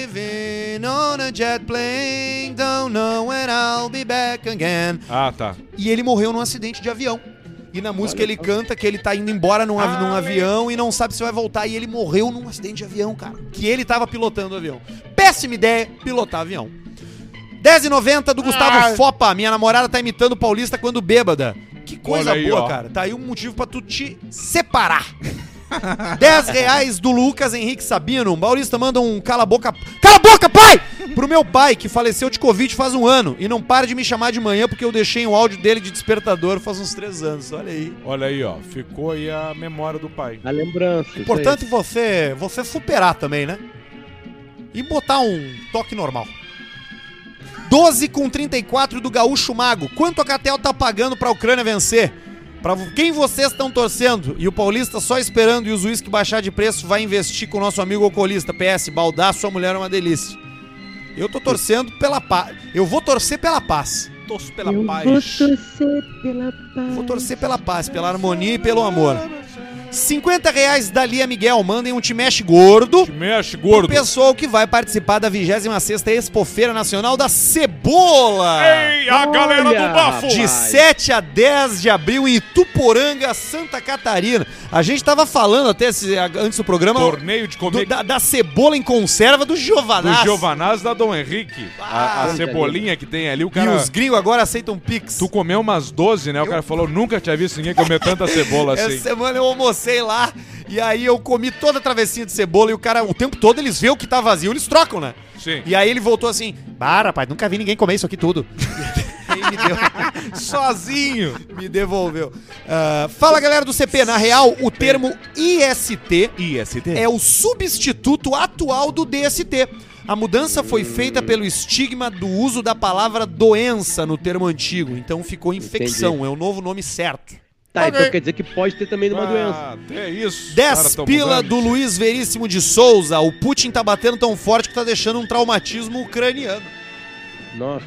living on a jet plane, don't know when I'll be back again.
Ah, tá.
E ele morreu num acidente de avião. E na música ele canta que ele tá indo embora num, av- num avião e não sabe se vai voltar. E ele morreu num acidente de avião, cara. Que ele tava pilotando o avião. Péssima ideia pilotar avião. 10,90 do Gustavo Fopa. Minha namorada tá imitando o paulista quando bêbada. Que coisa
Olha aí,
boa,
ó.
cara. Tá aí um motivo pra tu te separar. 10 reais do Lucas Henrique Sabino. Um Paulista manda um cala a boca. Cala a boca, pai! Pro meu pai, que faleceu de Covid faz um ano. E não para de me chamar de manhã porque eu deixei o áudio dele de despertador faz uns três anos. Olha aí.
Olha aí, ó. Ficou aí a memória do pai.
A lembrança. isso aí.
Importante você, você superar também, né? E botar um toque normal. 12 com 34 do Gaúcho Mago. Quanto a Catel tá pagando pra Ucrânia vencer? Pra vo- quem vocês estão torcendo? E o Paulista só esperando e os uísque baixar de preço vai investir com o nosso amigo alcoolista. PS, baldar sua mulher é uma delícia. Eu tô torcendo pela paz. Eu vou torcer pela paz. Torço pela paz. Vou torcer pela paz, pela harmonia e pelo amor. 50 reais da Lia Miguel. Mandem um te mexe gordo.
Te mexe,
O
gordo.
pessoal que vai participar da 26ª Expofeira Nacional da Cebola.
Ei, a galera
Olha,
do bafo.
De
Ai.
7 a 10 de abril em Ituporanga, Santa Catarina. A gente tava falando até esse- antes do programa
Torneio de
do-
comer
da, da cebola em conserva do
do
Giovanazzi.
Giovanaz da Dom Henrique. A, a
Ah,
cebolinha que tem ali, o
E
cara...
os gringos agora aceitam pix.
Tu comeu umas 12, né? O cara falou, nunca tinha visto ninguém comer tanta cebola assim.
Essa semana eu almocei lá e aí eu comi toda a travessinha de cebola e o cara, o tempo todo, eles vê o que tá vazio, eles trocam, né?
Sim.
E aí ele voltou assim: Bah, rapaz, nunca vi ninguém comer isso aqui tudo. E aí me deu.
Sozinho.
Me devolveu. Ah, fala galera do CP. Na real, o termo IST
IST.
é o substituto atual do DST. A mudança foi feita pelo estigma do uso da palavra doença no termo antigo, então ficou infecção, é o novo nome certo.
Tá,
Ok.
então quer dizer que pode ter também uma doença.
Ah, é isso.
10
cara, tamo
pila
dando.
do Luiz Veríssimo de Souza. O Putin tá batendo tão forte que tá deixando um traumatismo ucraniano.
Nossa.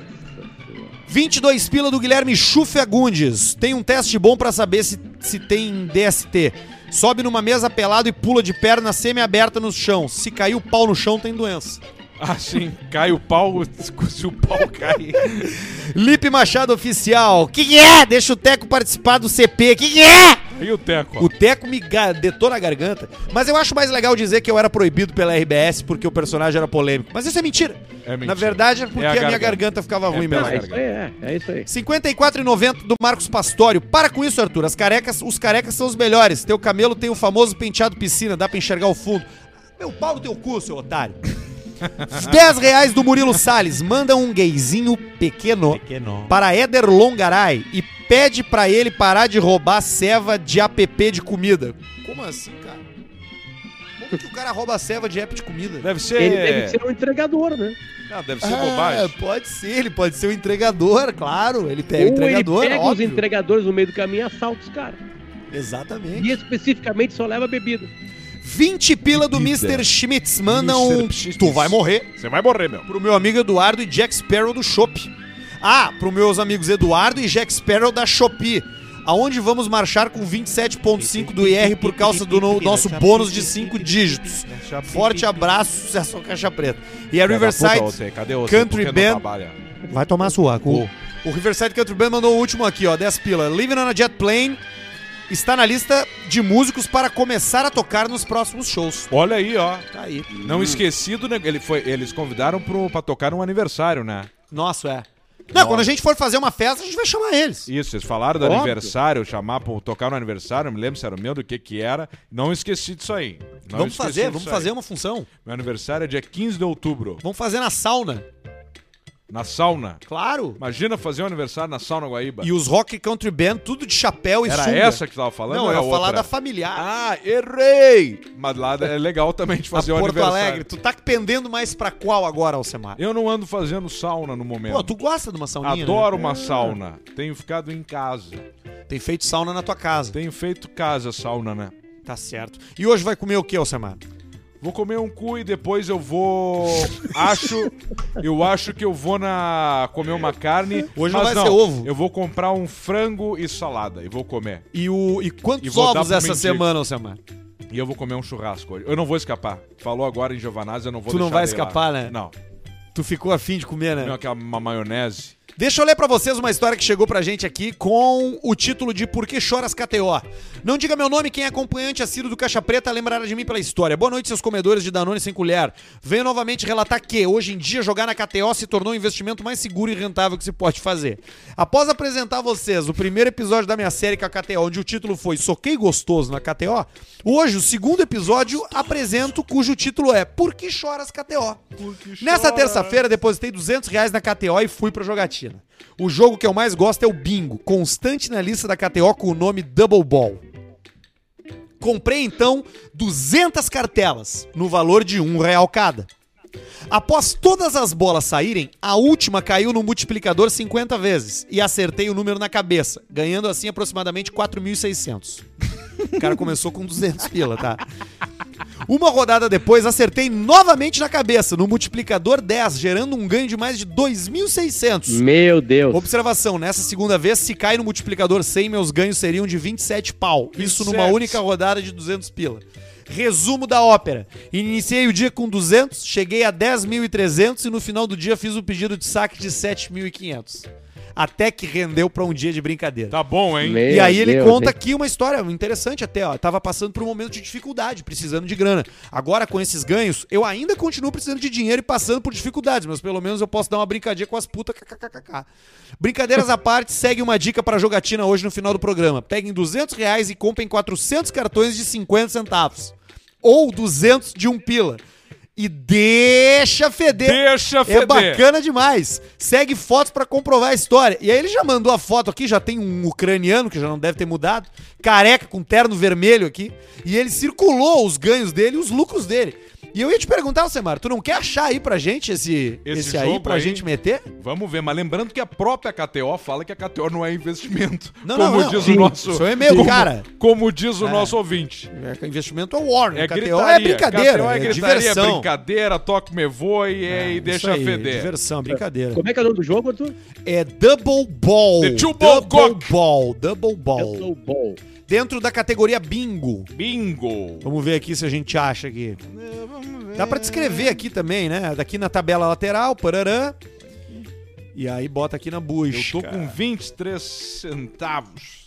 22 pila do Guilherme Chufa Gundes. Tem um teste bom pra saber se, se tem DST. Sobe numa mesa pelado e pula de perna semi-aberta no chão. Se cair o pau no chão, tem doença.
Ah, sim. Cai o pau, se o pau cair.
Lipe Machado Oficial. Que que é? Deixa o Teco participar do CP. Que que é?
E o Teco?
O Teco me ga- detona a garganta. Mas eu acho mais legal dizer que eu era proibido pela RBS porque o personagem era polêmico. Mas isso é mentira.
É mentira.
Na verdade, é porque
É a
a, minha
garganta.
garganta ficava ruim
pela
mesmo.
Não, é isso aí, é, é isso aí.
54,90 do Marcos Pastório. Para com isso, Arthur. As carecas, os carecas são os melhores. Teu camelo tem o famoso penteado piscina, dá pra enxergar o fundo. Meu pau no teu cu, seu otário. 10 reais do Murilo Salles. Manda um gayzinho pequeno, para Éder Longaray e pede pra ele parar de roubar ceva de app de comida. Como assim, cara? Como que o cara rouba ceva de app de comida?
Deve ser.
Ele deve ser um entregador, né?
Ah, deve ser bobagem.
Ah, pode ser, ele pode ser o entregador, claro. Ele pega o
Ou
entregador,
ele pega
óbvio.
os entregadores no meio do caminho e assalta os caras.
Exatamente.
E especificamente só leva bebida.
20 pila do
Bebida.
Mr. Schmitz. Manda um.
Mr. Schmitz.
Tu vai morrer.
Você vai morrer, meu.
Pro meu amigo Eduardo e Jack Sparrow do Shop. Ah, pro meus amigos Eduardo e Jack Sparrow da Shopee. Aonde vamos marchar com 27,5 do IR por causa do no- nosso bônus de 5 dígitos. Forte abraço, sucesso caixa preta. E a Riverside.
Você, cadê você?
Country
Por que não
Band.
trabalha?
Vai tomar sua. O, o Riverside Country Band mandou o último aqui, ó. 10 pila. Living on a Jet Plane está na lista de músicos para começar a tocar nos próximos shows.
Olha aí, ó.
Tá aí.
Não esquecido, né? Ele foi, eles convidaram pro, pra tocar um aniversário, né?
Nossa, é. Não, quando a gente for fazer uma festa, a gente vai chamar eles.
Isso, eles falaram do
Óbvio.
aniversário, chamar pra tocar no aniversário, não me lembro se era o meu, do que que era. Não esqueci disso aí. Não
vamos
esqueci
fazer,
disso
vamos
aí.
fazer uma função.
Meu aniversário é dia 15 de outubro,
Vamos fazer na sauna,
na sauna.
claro.
Imagina fazer um aniversário na sauna Guaíba.
E os rock country band, tudo de chapéu e
era
sunga.
essa que tu tava falando?
Não,
ou
eu
era
ia falar
outra?
da familiar.
Ah, errei! Mas lá é legal também de
a
fazer um
Porto
aniversário.
Alegre. Tu tá pendendo mais pra qual agora, Alcemar?
Eu não ando fazendo sauna no momento.
Pô, tu gosta de uma sauninha,
Adoro uma sauna. Tenho ficado em casa.
né? Tem feito sauna na tua casa.
Tenho feito casa sauna, né?
Tá certo. E hoje vai comer o que, Alcemar?
Vou comer um cu e depois eu vou. Acho. Eu acho que eu vou na. comer uma carne.
Hoje não
mas
vai ser ovo.
Eu vou comprar um frango e salada e vou comer.
E, o, e quantos
E vou dar
ovos
pro
essa
mendigo.
semana, Alcemar?
E eu vou comer um churrasco hoje. Eu não vou escapar. Falou agora em Giovanazzi, eu não vou
Tu não
deixar
vai
dele lá.
escapar, né?
Não.
Tu ficou afim de comer, né?
Não, aquela uma maionese.
Deixa eu ler pra vocês uma história que chegou pra gente aqui com o título de Por que choras KTO? Não diga meu nome, quem é acompanhante assíduo do Caixa Preta lembrará de mim pela história. Boa noite, seus comedores de Danone sem colher. Venho novamente relatar que, hoje em dia, jogar na KTO se tornou o investimento mais seguro e rentável que se pode fazer. Após apresentar a vocês o primeiro episódio da minha série com a KTO, onde o título foi Soquei Gostoso na KTO, hoje, o segundo episódio, apresento cujo título é Por que choras KTO? Nessa terça-feira, depositei 200 reais na KTO e fui pra jogatina. O jogo que eu mais gosto é o bingo, constante na lista da KTO com o nome Double Ball. Comprei, então, 200 cartelas, no valor de um real cada. Após todas as bolas saírem, a última caiu no multiplicador 50 vezes e acertei o número na cabeça, ganhando assim aproximadamente 4.600. O cara começou com 200 pila, tá? Uma rodada depois, acertei novamente na cabeça, no multiplicador 10, gerando um ganho de mais de 2.600.
Meu Deus.
Observação, nessa segunda vez, se cai no multiplicador 100, meus ganhos seriam de 27 pau. Isso numa
27.
única rodada de 200 pila. Resumo da ópera. Iniciei o dia com 200, cheguei a 10.300 e no final do dia fiz o pedido de saque de 7.500. Até que rendeu pra um dia de brincadeira.
Tá bom, hein?
Meu
E aí ele
Deus,
conta
hein?
aqui uma história interessante até, ó. Tava passando por um momento de dificuldade, precisando de grana. Agora, com esses ganhos, eu ainda continuo precisando de dinheiro e passando por dificuldades, mas pelo menos eu posso dar uma brincadinha com as putas, kkkk. Brincadeiras à parte, segue uma dica para jogatina hoje no final do programa. Peguem 200 reais e comprem 400 cartões de 50 centavos. Ou 200 de um pila. E deixa feder.
Deixa feder.
É bacana demais. Segue fotos pra comprovar a história. E aí ele já mandou a foto aqui, já tem um ucraniano que já não deve ter mudado, careca com terno vermelho aqui, e ele circulou os ganhos dele, e os lucros dele. E E eu ia te perguntar, Alcemar, tu não quer achar aí pra gente esse,
Esse
esse, aí
jogo
pra
aí?
gente meter?
Vamos ver, mas lembrando que a própria KTO fala que a KTO não é investimento.
Não,
como
não, não.
diz
Sim,
o nosso.
isso é e-mail,
como-
cara.
Como diz o nosso ouvinte.
É, investimento é Warner,
É
KTO
gritaria.
é brincadeira,
KTO
é,
é gritaria, é
diversão. É,
brincadeira, toque me voe e, e
Isso
deixa
aí,
feder.
Diversão, brincadeira.
Como é que é o nome do jogo, Arthur?
É Double Ball.
The two ball
double
cock.
Ball, Double Ball.
Double Ball.
Dentro da categoria Bingo.
Bingo.
Vamos ver aqui se a gente acha aqui. Dá pra descrever aqui também, né? Daqui na tabela lateral, parará. E aí bota aqui na
Eu
bucha.
tô com 23 centavos.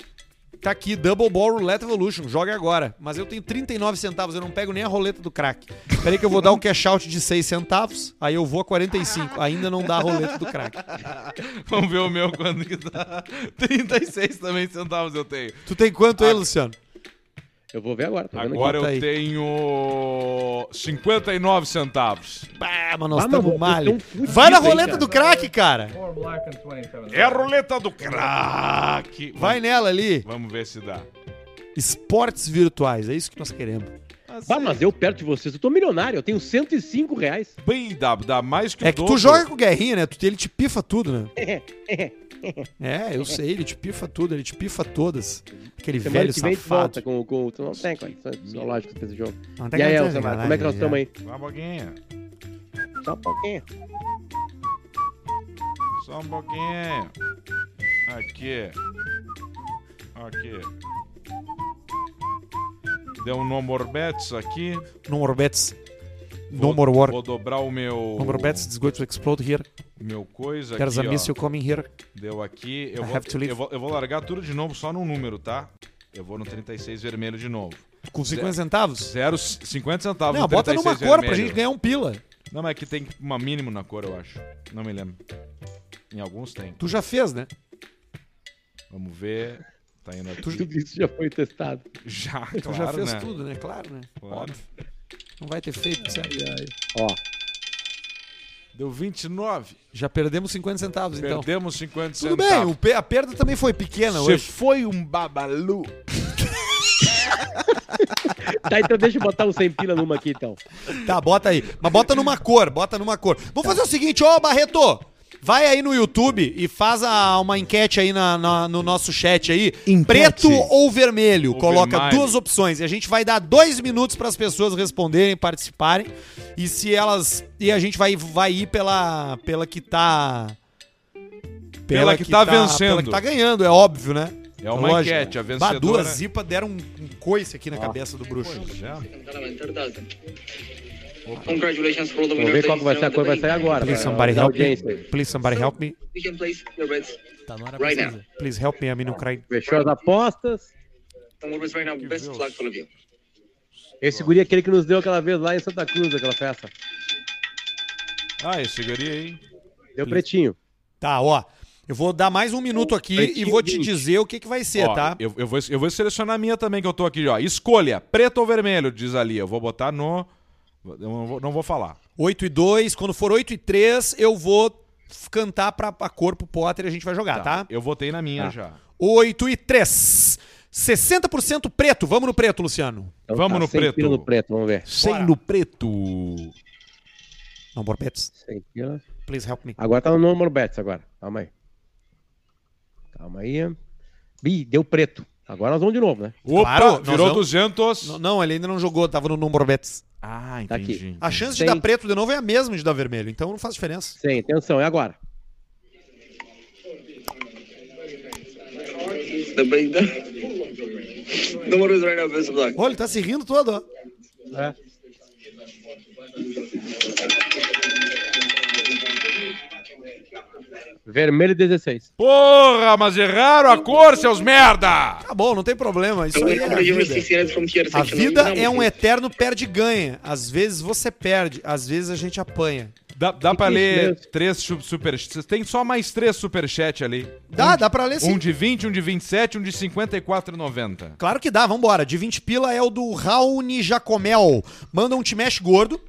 Tá aqui, Double Ball Roulette Evolution, joga agora. Mas eu tenho 39 centavos, eu não pego nem a roleta do crack. Peraí que eu vou dar um cash out de 6 centavos, aí eu vou a 45. Ainda não dá a roleta do crack.
Vamos ver o meu quando que tá. dá. 36 também centavos eu tenho.
Tu tem quanto aí, Luciano?
Eu vou ver agora. Tô vendo
Agora
Conta tá aí.
eu tenho 59 centavos.
Bah, mas nós
Ah, mas
estamos
vocês
mal.
tão fudidos,
Vai na
hein,
roleta
cara.
do crack, cara.
É a roleta do craque.
Vai nela ali.
Vamos ver se dá.
Esportes virtuais, é isso que nós queremos.
Ah, mas eu perto de vocês, eu tô milionário, eu tenho 105 reais.
Bem, dá, dá mais que o
É que tu
dobro.
joga com o Guerrinha, né? Tu- Ele te pifa tudo, né? É, eu sei, ele te pifa tudo, ele te pifa todas. Aquele
Semana
velho
que vem tu volta
safado.
com, com, tu não tem condições psicológicas pra esse jogo.
Não tá tem
E aí,
condições, né?
Elza,
cara,
como é que nós
já.
estamos aí?
Só um
Só
pouquinho.
um pouquinho.
Só um pouquinho. Aqui. Aqui. Deu um no more bets aqui.
No more bets.
Vou-
No more war.
Vou dobrar o meu.
No more bets, it's going to explode here.
Meu coisa
There's a
Tá aqui. ó.
missile coming here.
Deu aqui. Eu
I
vou,
have to leave.
eu, vou, eu vou largar tudo de novo, só num número, tá? Eu vou no 36 vermelho de novo.
Com 50 centavos?
Zero, c- 50 centavos.
Não, bota numa
36
cor pra
vermelho.
gente ganhar um pila.
Não, mas é que tem uma mínimo na cor, eu acho. Não me lembro. Em alguns tem.
Tu já fez, né?
Vamos ver. Tá indo aqui.
Tudo isso já foi testado.
Já,
Tu
claro,
já fez
né?
tudo, né? Claro, né?
Claro.
Óbvio. Não vai ter feito, sério.
Ó,
Deu 29.
Já perdemos 50 centavos, então.
Perdemos 50
Tudo
centavos.
bem, o pe- a perda também foi pequena
Você
hoje.
foi um babalu.
tá, então deixa eu botar um sem pila numa aqui, então.
Tá, bota aí. Mas bota numa cor, bota numa cor. Vamos fazer o seguinte, ô Barreto! Vai aí no YouTube e faz a- uma enquete aí na- na- no nosso chat aí.
Enquete.
Preto ou vermelho?
Ou
Coloca
vermelho.
duas opções. E a gente vai dar dois minutos para as pessoas responderem, participarem. E se elas. E a gente vai, vai ir pela, pela que tá.
Pela que tá vencendo.
Pela que tá ganhando, é óbvio, né?
É uma
Lógico.
enquete, a
Bah,
vencedora.
duas zipas deram um, um coice aqui na cabeça do bruxo.
Já.
Congratulations for the
Vamos
winner.
ver qual que vai ser a cor, vai sair agora.
Please
pra-
somebody
pra
help me.
audiência aí.
Please somebody help me.
You can place your bids.
Tá,
right now.
Please help me, I'm in Ukraine.
Fechou as apostas.
Don't worry, right now. Best of luck to all of you.
Esse guri é aquele que nos deu aquela vez lá em Santa Cruz, aquela festa.
Ah, esse guri aí.
Deu pretinho.
Tá, ó. Eu vou dar mais um minuto aqui
Pretinho
e vou te
20.
dizer o que, que vai ser,
Ó,
tá?
Eu, eu vou, eu vou selecionar a minha também, que eu tô aqui, ó. Escolha, preto ou vermelho, diz ali. Eu vou botar no. eu não vou, não vou falar.
8 e 2, quando for 8 e 3, eu vou f- cantar pra, pra cor pro Potter e a gente vai jogar, tá?
Eu votei na minha já.
8 e 3. 60% preto. Vamos no preto, Luciano.
Então
Vamos no
sem
preto.
pila no preto, vamos ver.
Sem no preto.
Não, Borbetes.
Sem pila.
Please help me.
Agora tá no número bets agora. Calma aí. Calma aí. Ih, deu preto. Agora nós vamos de novo, né?
Opa,
Claro, nós
virou
não-
200.
N- Não, ele ainda não jogou, tava no Borbetes.
Ah,
Tá aqui.
entendi.
A chance de
Tem.
dar preto de novo é a mesma de dar vermelho, então não faz diferença.
Sem atenção, é agora.
The big. Don't worry, right now. Best of luck.
Olha, ele tá se rindo todo, ó.
É.
Vermelho 16.
Porra, mas erraram a cor, seus merda!
Tá bom, não tem problema. Isso
So
aí
we're
é
gonna
a
give you
vida.
60 from here.
A
section.
vida
Now,
é um eterno perde-ganha. Às vezes você perde, às vezes a gente apanha.
Dá, dá pra
que é isso
ler
mesmo?
três su- super. Tem só mais três superchat ali.
Dá, dá pra ler sim.
Um de 20, um de 27, um de 54,90.
Claro que dá, vambora. De 20 pila é o do Raoni Jacomel. Manda um te mexe gordo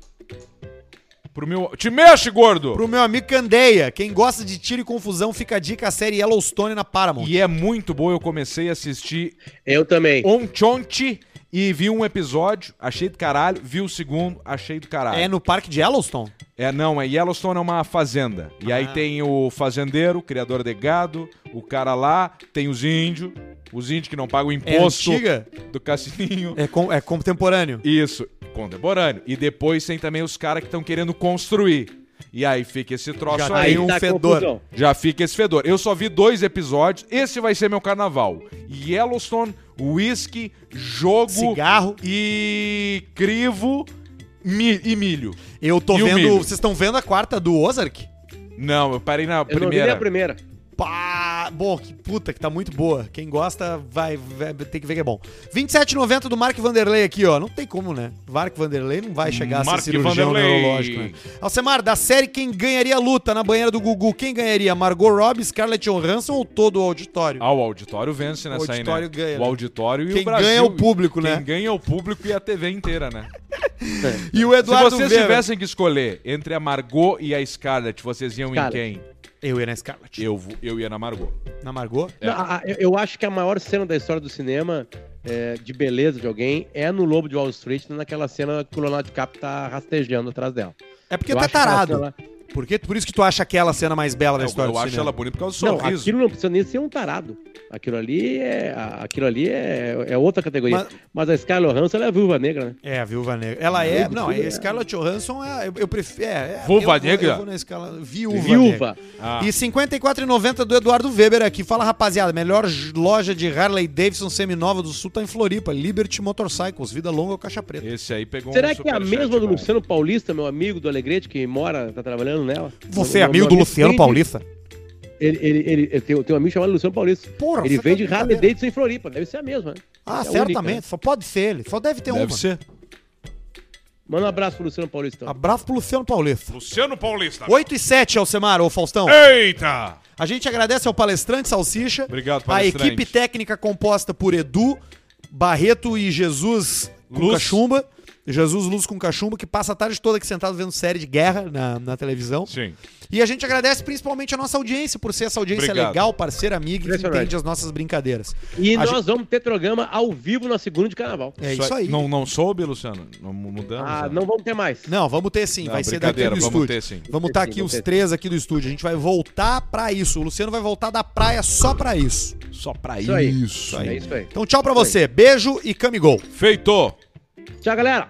Pro meu. Te mexe, gordo!
pro meu amigo Candeia. Quem gosta de tiro e confusão, fica a dica a série Yellowstone na Paramount.
E é muito bom, eu comecei a assistir
Eu também.
Onchonte E vi um episódio, achei do caralho. Vi o segundo, achei do caralho.
É no Parque de Yellowstone?
É, não, é Yellowstone é uma fazenda. E aí
Ah.
tem o fazendeiro, o criador de gado, o cara lá, tem os índios, os índios que não pagam
É
imposto
antiga?
do cassininho.
É, com- é contemporâneo.
Isso, contemporâneo. E depois tem também os caras que estão querendo construir. E aí fica esse troço
Já
aí.
tem um
tá a
fedor.
confusão.
Já fica esse fedor. Eu só vi dois episódios. Esse vai ser meu carnaval. Yellowstone, whisky, jogo
Cigarro.
e crivo mi- e milho.
Eu tô
E o
vendo.
milho?
Vocês estão vendo a quarta do Ozark?
Não, eu parei
Eu
na
não vi nem
primeira.
a primeira.
Pá, bom, que puta, que tá muito boa. Quem gosta vai, vai ter que ver que é bom. 27,90 do Mark Vanderlei aqui, ó. Não tem como, né? Mark Vanderlei não vai chegar a
Mark
ser cirurgião
Vanderlei.
neurológico, né? Alcemar, da série quem ganharia a luta na banheira do Gugu? Quem ganharia? Margot Robbie, Scarlett Johansson ou todo o auditório?
Ah, o auditório vence nessa
auditório
aí, né?
ganha,
O
né?
auditório e
Quem
o Brasil.
ganha é o público, né?
Quem ganha é o público e a TV inteira, né?
E o Eduardo
Se vocês
Vera.
tivessem que escolher entre a Margot e a Scarlett, vocês iam em
Scarlett.
quem?
Eu ia na Scarlett.
Eu, vo- eu ia na Margot.
Na Margot?
Não, a- a- eu- eu acho que a maior cena da história do cinema, é, de beleza de alguém, é no Lobo de Wall Street, naquela cena que o Leonardo DiCaprio tá rastejando atrás dela.
É porque
Eu
tá
acho que ela-
tarado.
ela-
Por, que- por isso que tu acha aquela cena mais bela da
Eu,
história
eu
do
acho
cinema.
ela bonita por causa do
Não,
sorriso.
aquilo não precisa nem ser um tarado. Aquilo ali é, a- aquilo ali é, é outra categoria.
Mas-
Mas, a Scarlett Johansson, ela é viúva negra, né?
É, a Viúva Negra. Ela é. Não, a Scarlett Johansson é. Eu, eu prefiro. É, é, eu
Viúva
vou-
Negra?
Eu vou na escala. Viúva. Negra.
Viúva.
E 54,90 do Eduardo Weber aqui. Fala, rapaziada. Melhor j- loja de Harley Davidson seminova do Sul tá em Floripa. Liberty Motorcycles. Vida longa ou caixa preta.
Esse aí pegou um
Será que é a
superchat,
mesma do
vai.
Luciano Paulista, meu amigo do Alegrete, que mora, tá trabalhando nela?
Você é
Meu- meu
amigo do Luciano
vende-
Paulista?
Ele, ele, ele, ele tem, tem um amigo chamado Luciano Paulista.
Porra,
ele
você tá
vende
de
Harley
brincadeira.
Davidson em Floripa, deve ser a mesma, né?
Ah,
É
certamente.
única, né?
Só pode ser ele. Só deve ter
Deve
uma.
ser.
Manda um abraço pro Luciano Paulista. então.
Abraço pro Luciano Paulista.
Luciano Paulista.
8 e 7, Alcemar, ô Faustão.
Eita!
A gente agradece ao palestrante Salsicha.
Obrigado,
A
palestrante.
equipe técnica composta por Edu, Barreto e Jesus com
Luz.
cachumba. Jesus Luz com cachumba, que passa a tarde toda aqui sentado vendo série de guerra na, na televisão.
Sim.
E a gente agradece principalmente a nossa audiência, por ser essa audiência
Obrigado.
legal, parceira, amiga, que
Impressionante.
entende as nossas brincadeiras.
E
A
nós
gente-
vamos ter programa ao vivo na segunda de carnaval.
É isso aí. Não,
Não, não soube, Luciano? Não mudamos.
Ah,
né?
não vamos ter mais.
vamos ter sim,
Não,
vai ser daqui do
brincadeira, vamos
estúdio.
ter sim.
Vamos estar aqui
Vamos
os
ter.
três aqui do estúdio. A gente vai voltar pra isso. O Luciano vai voltar da praia só pra isso.
Só pra
Isso aí.
isso.
É isso aí.
Então tchau pra você. Beijo e camigol.
Feito!
Tchau, galera.